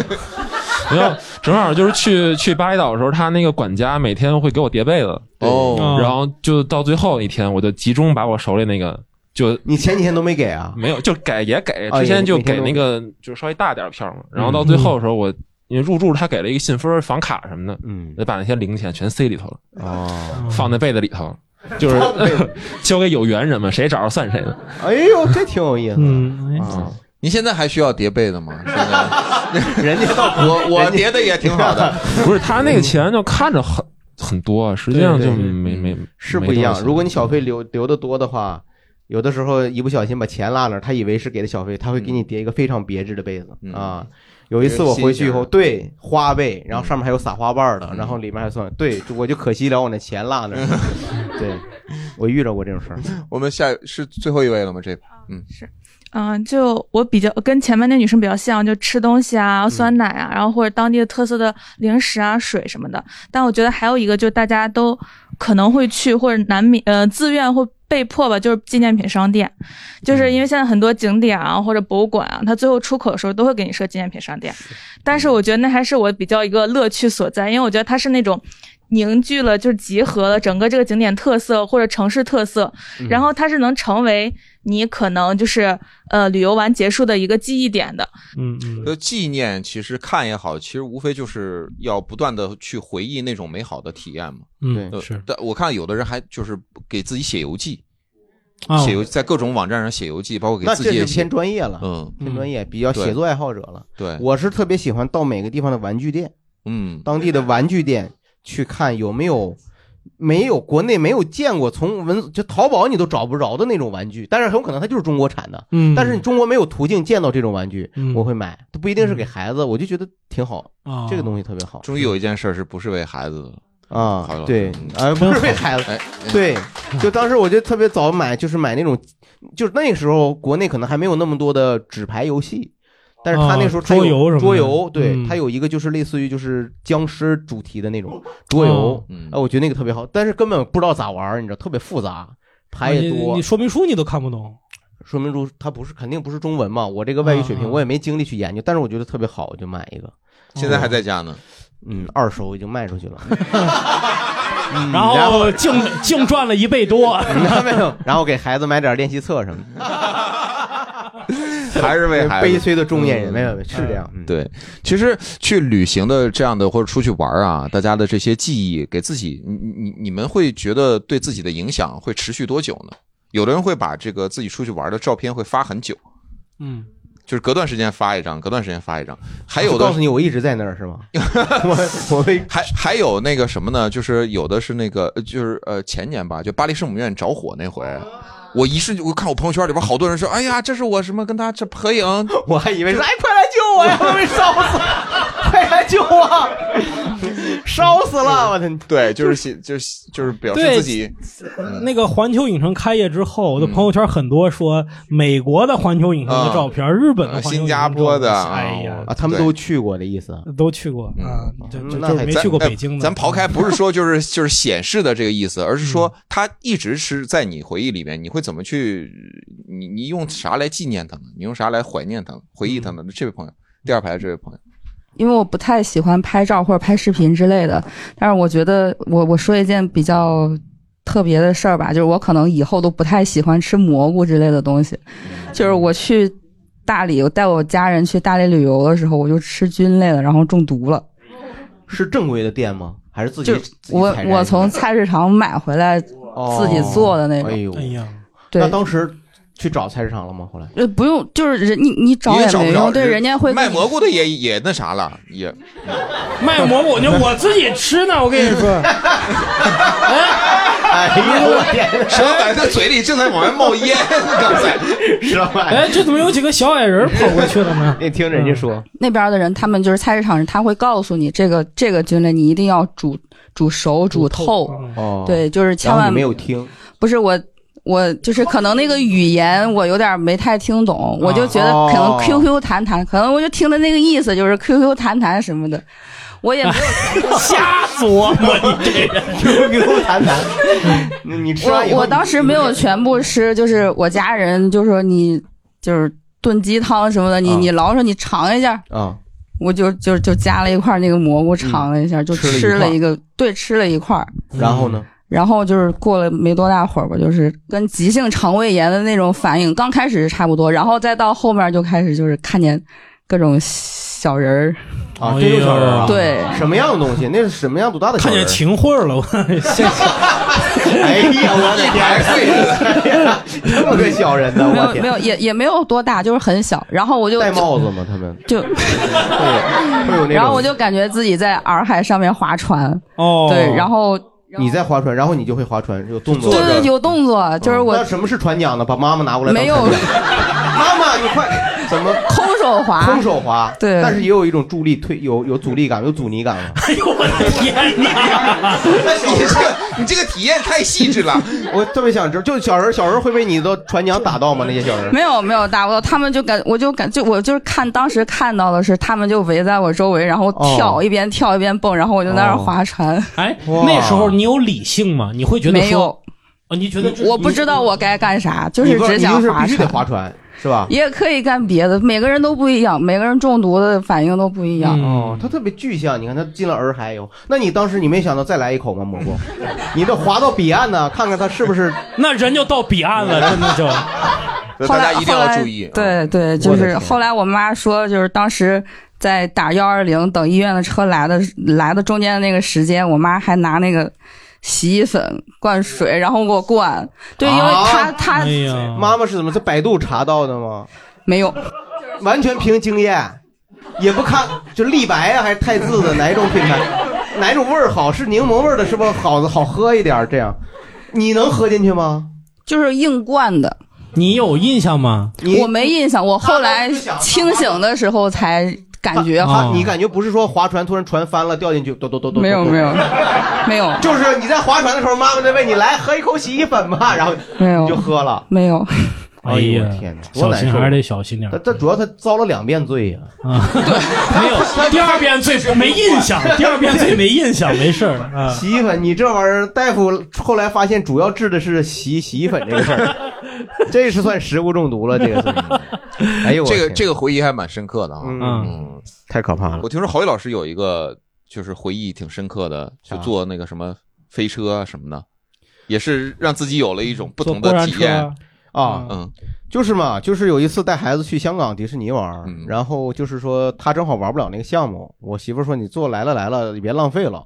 然后正好就是去去巴厘岛的时候，他那个管家每天会给我叠被子哦然后就到最后一天，我就集中把我手里那个就你前几天都没给啊？没有，就给也给，啊嗯之前就也每天给都嗯那个就是稍微大点儿票嘛，然后到最嗯后的时候我。因为入住他给了一个信封、房卡什么的，嗯，把那些零钱全塞里头了，哦，放在被子里头，就是 交给有缘人嘛，谁找着算 谁的。哎呦，这挺有意思。嗯啊，您现在还需要叠被子吗？人家倒 我 我叠的也挺好的。不是他那个钱就看着很很多，啊实际上就没没嗯是不一样。如果果你小费留留的多的话，有的时候一不小心把钱落那儿，他以为是给的小费，他会给你叠一个非常别致的被子、啊。有一次我回去以后，对花呗，然后上面还有撒花瓣儿的，然后里面还算对，就我就可惜了我那钱落 那儿。对，我遇到过这种事儿。我们下是最后一位了吗？这嗯是。嗯，就我比较跟前面那女生比较像，就吃东西啊、酸奶啊，然后或者当地的特色的零食啊、水什么的。但我觉得还有一个，就大家都可能会去，或者难免呃自愿或被迫吧，就是纪念品商店，就是因为现在很多景点啊或者博物馆啊，它最后出口的时候都会给你设纪念品商店。但是我觉得那还是我比较一个乐趣所在，因为我觉得它是那种凝聚了，就是集合了整个这个景点特色或者城市特色，然后它是能成为你可能就是呃旅游完结束的一个记忆点的。嗯嗯，就纪念，其实看也好，其实无非就是要不断的去回忆那种美好的体验嘛。嗯呃是。但我看有的人还就是给自己写游记啊，写游在各种网站上写游记，包括给那自己这也是写偏专业了，嗯，偏专业，比较对写作爱好者了。对我是特别喜欢到每个地方的玩具店， 嗯，当地的玩具店去看有没有没有国内没有见过，从文就淘宝你都找不着的那种玩具，但是很有可能它就是中国产的，嗯但是你中国没有途径见到这种玩具，嗯我会买，它不一定是给孩子，我就觉得挺好，哦这个东西特别好。终于有一件事儿是不是为孩子的啊好了对嗯，啊，不是为孩子哎，哎对，就当时我就特别早买，就是买那种，就是那个时候国内可能还没有那么多的纸牌游戏，但是他那时候啊它有桌游什么的桌游，对嗯，它有一个就是类似于就是僵尸主题的那种桌游哦，嗯啊，我觉得那个特别好，但是根本不知道咋玩儿，你知道，特别复杂，牌也嗯啊你多你。说明书你都看不懂。说明书它不是肯定不是中文嘛，我这个外语水平啊我也没精力去研究，但是我觉得特别好，我就买一个。现在还在家呢，嗯，二手已经卖出去了。 嗯然后净净赚了一倍多。 没有，然后给孩子买点练习册什么的。还是为孩子悲催的中年人，没有没有，是这样。对，其实去旅行的这样的或者出去玩啊，大家的这些记忆给自己，你你你你们会觉得对自己的影响会持续多久呢？有的人会把这个自己出去玩的照片会发很久，嗯，就是隔段时间发一张，隔段时间发一张。还有我的告诉你，我一直在那儿是吗？我我被还还有那个什么呢？就是有的是那个呃就是呃前年吧，就巴黎圣母院着火那回。我一瞬间，我看我朋友圈里边好多人说：“哎呀，这是我什么跟他这合影。”我还以为是哎，快来救我呀！我被烧死，快来救我！烧死了，我的。对，就是写就是就是表示自己那个环球影城开业之后，我的朋友圈很多说美国的环球影城的照片，日本的环球影城的照片新加坡的哎呀，啊，他们都去过的意思。嗯都去过啊，就就就是没咱去过哎北京的。咱刨开不是说就是就是显示的这个意思，而是说它一直是在你回忆里面，你会怎么去？你你用啥来纪念它呢？你用啥来怀念它呢？回忆它呢？这位朋友，第二排这位朋友，因为我不太喜欢拍照或者拍视频之类的，但是我觉得我我说一件比较特别的事儿吧，就是我可能以后都不太喜欢吃蘑菇之类的东西。就是我去大理，我带我家人去大理旅游的时候，我就吃菌类的，然后中毒了。是正规的店吗？还是自己？自己我采摘我的从菜市场买回来自己做的那种。哎哦呦，对那当时去找菜市场了吗？后来呃，不用，就是人你你找你也也找不没着用，对，人家会卖蘑菇的也也那啥了，也卖蘑菇，你说我自己吃呢，我跟你说。哎呀我天哎哪石老板的嘴里正在往外冒烟，刚才石老板，哎，这怎么有几个小矮人跑过去了呢？ 你听人家说，那边的人，他们就是菜市场人，他会告诉你这个这个菌类你一定要煮煮熟煮透，哦，对就是千然后万你没有 听，不是我。我就是可能那个语言我有点没太听懂，我就觉得可能啊哦 QQ 谈谈，可能我就听的那个意思就是 QQ 谈谈什么的，我 也没有瞎琢磨你这人 QQ 谈谈， 你你吃完以我后我当时没有全部吃，就是我家人就说你就是炖鸡汤什么的，你、你老说你尝一下，啊，我就就就夹了一块那个蘑菇尝了一下，就嗯吃吃了一块了一个，对，吃了一块儿。啊然后呢？然后就是过了没多大会儿吧，就是跟急性肠胃炎的那种反应，刚开始是差不多，然后再到后面就开始就是看见各种小人儿啊，这哎有小人啊，对，什么样的东西？那是什么样多大的？看见秦桧了，我哎呀，我的 天，哎呀 这么个小人呢，没我有天，没有也也没有多大，就是很小。然后我就戴帽子吗？他们就会有那种然后我就感觉自己在洱海上面划船，哦对，然后你在划船，然后你就会划船，有动作对的，对有动作，就是我那什么是船桨呢？把妈妈拿过来当船没有桨，妈妈你快怎么空手划，空手划，对但是也有一种助力推，有有阻力感，有阻尼感啊了。 你这个你这个体验太细致了，我特别想知道，就小人，小人会被你的船桨打到吗？那些小人没有没有大不到，他们就感我就感就我就是看当时看到的是他们就围在我周围，然后跳、哦一边跳一边蹦，然后我就在那儿哦划船。 哎，那时候你有理性吗？你会觉得没有说，哦，你觉得这我不知道我该干啥，就是你不只想你就是划必须得船。划船是吧？也可以干别的，每个人都不一样，每个人中毒的反应都不一样。嗯哦，他特别具象，你看他进了洱海有，那你当时你没想到再来一口吗？蘑菇， 你得划到彼岸呢，看看他是不是那人就到彼岸了，真的就。后来后来 对对，就啊我的是天后来我妈说，就是当时在打幺二零等医院的车来的来的中间的那个时间，我妈还拿那个洗衣粉灌水，然后给我灌。对，因为啊她她哎妈妈是怎么在百度查到的吗？没有，完全凭经验，也不看就立白啊，还是汰渍的哪一种品牌，哪种味儿好，是柠檬味儿的，是不是好好喝一点儿？这样，你能喝进去吗？就是硬灌的。你有印象吗？我没印象，我后来清醒的时候才感觉他啊好。你感觉不是说划船突然船翻了掉进去，咚咚咚咚，没有咚没有，没有，就是你在划船的时候，妈妈在问你来喝一口洗衣粉吧，然后没有你就喝了。没有。哎哎呦呀我天哪，多小难心受！啊还 是得小心点他。他主要他遭了两遍罪呀。没有，第二遍最没印象， 第二 遍最没印象，没事儿啊。洗衣粉，你这玩意儿，大夫后来发现主要治的是洗洗衣粉这个事 儿，这是算食物中毒了，这个算是。 哎呦，我这个天这个回忆还蛮深刻的啊。嗯，太可怕了。我听说郝宇老师有一个就是回忆挺深刻的，就坐啊那个什么飞车啊什么的，也是让自己有了一种不同坐的过山体验车。啊，嗯，就是嘛，就是有一次带孩子去香港迪士尼玩，然后就是说他正好玩不了那个项目，我媳妇说你做来了来了，你别浪费了。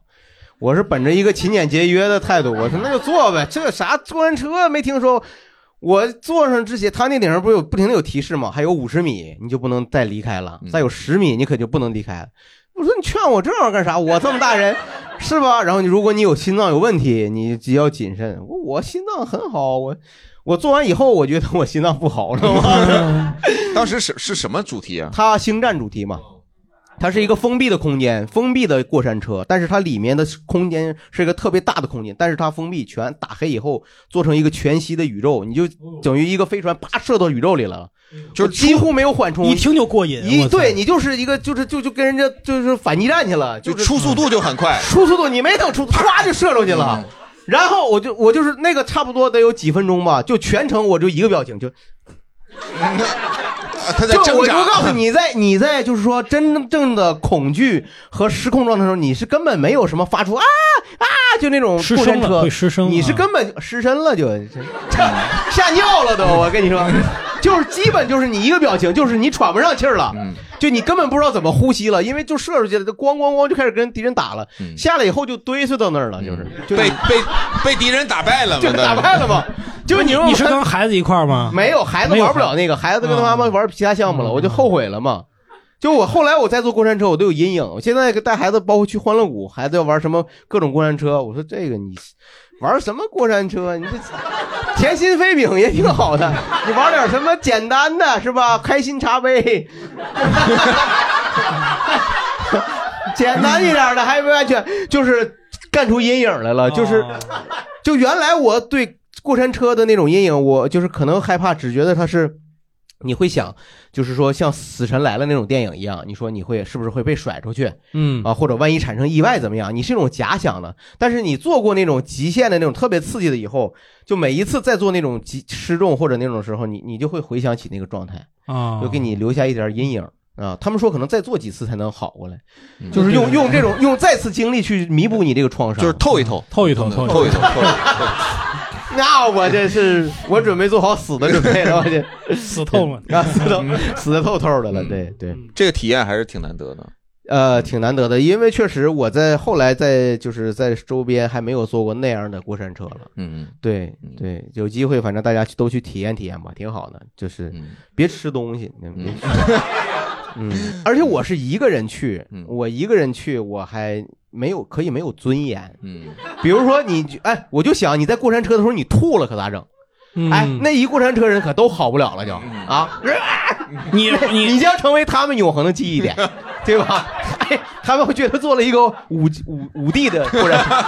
我是本着一个勤俭节约的态度，我说那就坐呗，这啥过山车没听说。我坐上之前，他那顶上不是有不停的有提示吗？还有五十米你就不能再离开了，再有十米你可就不能离开了。我说你劝我这玩意儿干啥？我这么大人，是吧？然后你如果你有心脏有问题，你就要谨慎。我我心脏很好，我我做完以后，我觉得我心脏不好，知道吗？ 当时是是什么主题啊？它星战主题嘛，它是一个封闭的空间，封闭的过山车，但是它里面的空间是一个特别大的空间，但是它封闭全打黑以后，做成一个全息的宇宙，你就等于一个飞船啪射到宇宙里来了，嗯就几乎没有缓冲，一听就过瘾。一我操对你就是一个就是就就跟人家就是反击战去了，就出速度就很快，嗯出速度你没等出，唰就射出去了。然后我就我就是那个差不多得有几分钟吧，就全程我就一个表情就。嗯啊他在就挣我就扎告诉你在你在就是说真正的恐惧和失控状态的时候，你是根本没有什么发出啊啊就那种失过山声了，车会，失声啊。你是根本就失身了就，就吓尿了都。我跟你 说，就是基本就是你一个表情，就是你喘不上气儿了，就你根本不知道怎么呼吸了，因为就射出去了，就咣咣咣就开始跟敌人打了，下来以后就堆碎到那儿了，就是就被被 被敌人打败了嘛，就打败了 嘛。 就你说你是跟孩子一块儿吗？没有，孩子没有啊玩不了那个，孩子跟他妈妈玩其他项目了，我嗯就后悔了嘛。就我后来我再坐过山车，我都有阴影。我现在带孩子，包括去欢乐谷，孩子要玩什么各种过山车，我说这个你玩什么过山车？啊 你这甜心飞饼也挺好的，你玩点什么简单的是吧？开心茶杯， 简单一点的还不安全，就是干出阴影来了，啊就是哦就原来我对过山车的那种阴影，我就是可能害怕，只觉得它是。你会想，就是说像《死神来了》那种电影一样，你说你会是不是会被甩出去？嗯啊，或者万一产生意外怎么样？你是一种假想的，但是你做过那种极限的那种特别刺激的以后，就每一次再做那种极失重或者那种时候，你你就会回想起那个状态，哦啊，就给你留下一点阴影啊。他们说可能再做几次才能好过来，嗯就是用对用这种用再次经历去弥补你这个创伤，就是透一透，嗯透一透，透一 透，透一透。那我这是我准备做好死的准备了，我这死透了 啊，死透死的透透的嗯了，对对，这个体验还是挺难得的。呃，挺难得的，因为确实我在后来在就是在周边还没有坐过那样的过山车了，嗯，对对，有机会反正大家去都去体验体验吧，挺好的，就是别吃东西，别吃嗯，而且我是一个人去，我一个人去我还没有可以没有尊严，嗯， 比如说你哎，我就想你在过山车的时候你吐了可咋整？哎，嗯那一过山车人可都好不了了就啊，你你你将成为他们永恒的记忆点，对吧？哎，他们会觉得做了一个五五五 D 的过山车，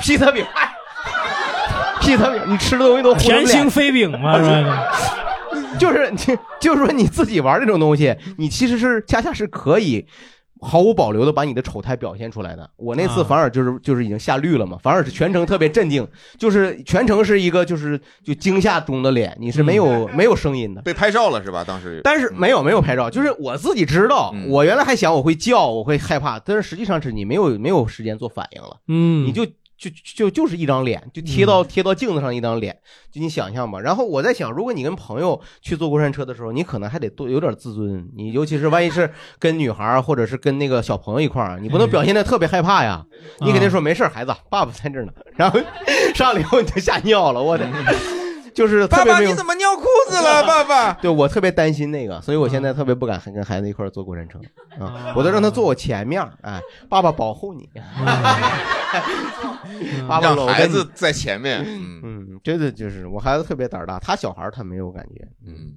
披萨饼，哎，披萨饼，你吃的东西都糊成甜心脸飞饼嘛是吧？ 就是你，就是说你自己玩这种东西，你其实是恰恰是可以毫无保留的把你的丑态表现出来的。我那次啊反而就是就是已经下绿了嘛，反而是全程特别镇静，就是全程是一个就是就惊吓中的脸，你是没有没有声音的。被拍照了是吧？当时，但是没有没有拍照，就是我自己知道，我原来还想我会叫，我会害怕，但是实际上是你没有没有时间做反应了，嗯，你就就就就是一张脸，就贴到贴到镜子上一张脸，就你想象吧。然后我在想，如果你跟朋友去坐过山车的时候，你可能还得多有点自尊，你尤其是万一是跟女孩儿或者是跟那个小朋友一块儿，你不能表现的特别害怕呀，嗯你肯定说没事儿，孩子，爸爸在这儿呢。然后上来以后你就吓尿了，我的。 就是特别没有么尿裤子了，爸爸？对我特别担心那个，所以我现在特别不敢跟孩子一块儿坐过山车啊，我都让他坐我前面儿，哎，爸爸保护你，爸爸让搂孩着你子在前面，嗯，真的就是我孩子特别胆儿大，他小孩儿他没有感觉，嗯，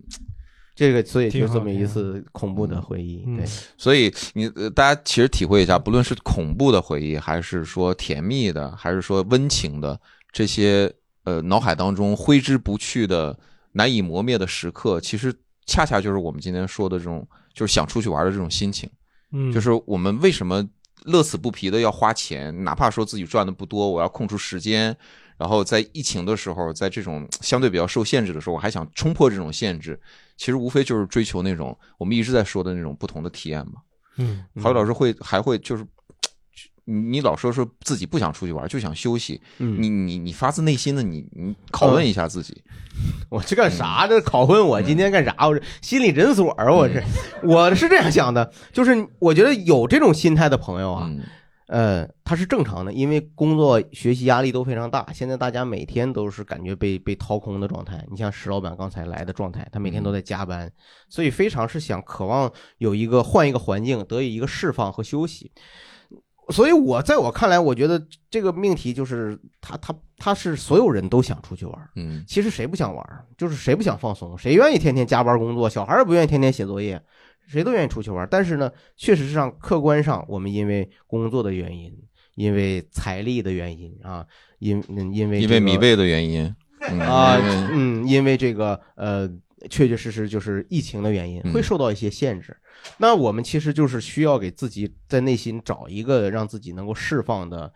这个所以就挺好嗯这么一次恐怖的回忆，嗯对，所以你呃大家其实体会一下，不论是恐怖的回忆，还是说甜蜜的，还是说温情的，这些呃脑海当中挥之不去的、难以磨灭的时刻，其实恰恰就是我们今天说的这种，就是想出去玩的这种心情。嗯就是我们为什么乐此不疲的要花钱，哪怕说自己赚的不多，我要空出时间，然后在疫情的时候，在这种相对比较受限制的时候，我还想冲破这种限制，其实无非就是追求那种我们一直在说的那种不同的体验嘛。嗯郝宇老师会还会就是你你老说说自己不想出去玩，就想休息，你你你发自内心的你你拷问一下自己，嗯嗯我这干啥？这拷问我今天干啥？我这心理诊所啊！我这 我是这样想的，就是我觉得有这种心态的朋友嗯啊，呃，他是正常的，因为工作、学习压力都非常大。现在大家每天都是感觉被被掏空的状态。你像石老板刚才来的状态，他每嗯天都在加班，所以非常是想渴望有一个换一个环境，得以一个释放和休息。所以我在我看来，我觉得这个命题就是他他他是所有人都想出去玩，嗯，其实谁不想玩儿，就是谁不想放松，谁愿意天天加班工作，小孩儿也不愿意天天写作业，谁都愿意出去玩儿。但是呢，确实上客观上，我们因为工作的原因，因为财力的原因啊，因因为这因个为米味的原因嗯啊因为，嗯，因为这个呃，确确实实就是疫情的原嗯因，会受到一些限制。那我们其实就是需要给自己在内心找一个让自己能够释放的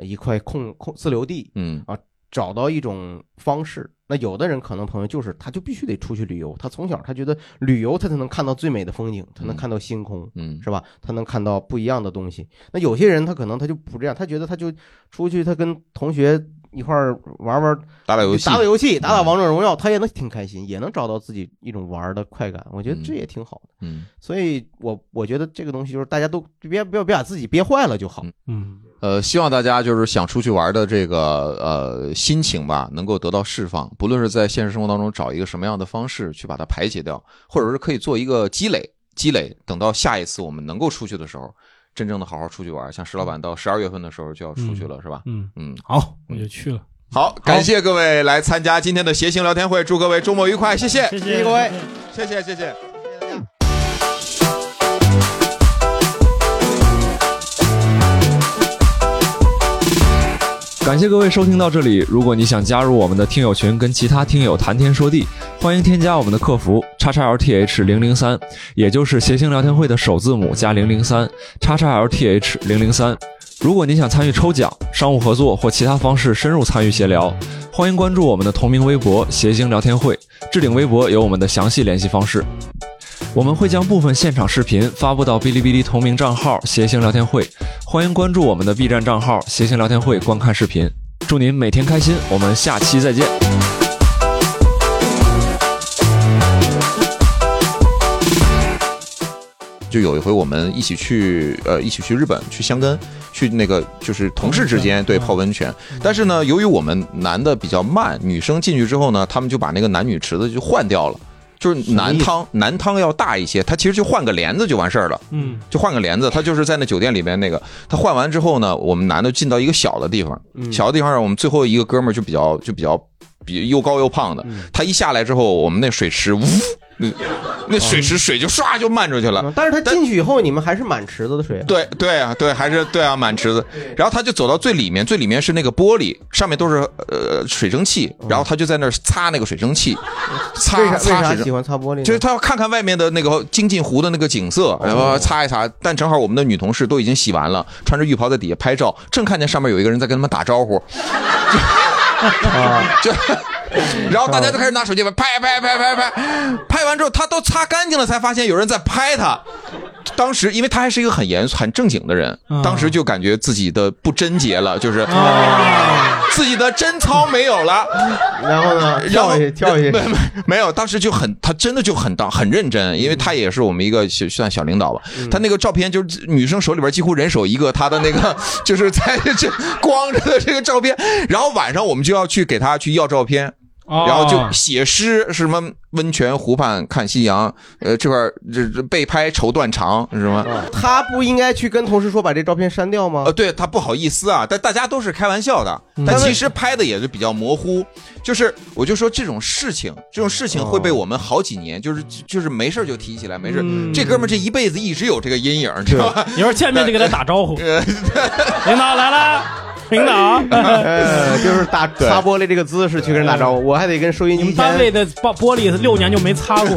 呃一块空空自留地，嗯啊，找到一种方式。那有的人可能朋友就是他就必须得出去旅游，他从小他觉得旅游他才能看到最美的风景，他能看到星空，嗯，是吧？他能看到不一样的东西。那有些人他可能他就不这样，他觉得他就出去，他跟同学一块儿玩玩打打游戏嗯打打游戏，打打王者荣耀，他也能挺开心，也能找到自己一种玩儿的快感。我觉得这也挺好的。嗯，所以我我觉得这个东西就是大家都别不要别把自己憋坏了就好。嗯，呃，希望大家就是想出去玩的这个呃心情吧，能够得到释放。不论是在现实生活当中找一个什么样的方式去把它排解掉，或者是可以做一个积累，积累，等到下一次我们能够出去的时候，真正的好好出去玩。像石老板到十二月份的时候就要出去了，是吧？嗯嗯，好，我就去了。好，感谢各位来参加今天的谐星聊天会，祝各位周末愉快，谢谢，谢谢谢各位，谢谢，谢谢。感谢各位收听到这里。如果你想加入我们的听友群，跟其他听友谈天说地，欢迎添加我们的客服叉叉 LTH 零零三，也就是谐星聊天会的首字母加零零三叉叉 LTH 零零三。如果你想参与抽奖、商务合作或其他方式深入参与闲聊，欢迎关注我们的同名微博“谐星聊天会”，置顶微博有我们的详细联系方式。我们会将部分现场视频发布到哔哩哔哩同名账号“谐星聊天会”，欢迎关注我们的 B 站账号“谐星聊天会”观看视频。祝您每天开心，我们下期再见。就有一回我们一起去呃一起去日本去箱根去那个就是同事之间对泡温泉，但是呢，由于我们男的比较慢，女生进去之后呢，他们就把那个男女池子就换掉了。就是男汤，男汤要大一些，他其实就换个帘子就完事儿了。嗯，就换个帘子，他就是在那酒店里边那个，他换完之后呢，我们男的进到一个小的地方，小的地方，我们最后一个哥们儿就比较就比较比又高又胖的，他一下来之后，我们那水池呜，那那水池水就唰就漫出去了。嗯但是他进去以后，你们还是满池子的水。对对啊，对，还是对啊，满池子。然后他就走到最里面，最里面是那个玻璃，上面都是呃水蒸气，然后他就在那儿擦那个水蒸气，嗯为 擦啥为擦啥水蒸喜欢擦玻璃呢？哦就是他要看看外面的那个金镜湖的那个景色，然后擦一擦。但正好我们的女同事都已经洗完了，穿着浴袍在底下拍照，正看见上面有一个人在跟他们打招呼， 啊就， 然后大家就开始拿手机拍拍拍拍拍，拍完之后他都擦干净了，才发现有人在拍他。当时，因为他还是一个很严肃、很正经的人，嗯当时就感觉自己的不贞洁了，就是自己的贞操没有了。啊然后呢？然后跳下去没没没有，当时就很，他真的就很当很认真，因为他也是我们一个小算小领导吧。他那个照片就是女生手里边几乎人手一个，他的那个就是在这光着的这个照片。然后晚上我们就要去给他去要照片。哦然后就写诗，是什么温泉湖畔看夕阳，呃，这块儿这这被拍绸缎长，是吗？他不应该去跟同事说把这照片删掉吗？呃，对他不好意思啊，但大家都是开玩笑的，但其实拍的也是比较模糊。就是我就说这种事情，这种事情会被我们好几年，就是就是没事儿就提起来，没事儿。这哥们儿这一辈子一直有这个阴影，知道吧？呃你说见面就给他打招 呼， 领导来啦，领导， 呃，就是打擦玻璃这个姿势去跟人打招呼，我还得跟收音机单前位的玻玻璃六年就没擦过。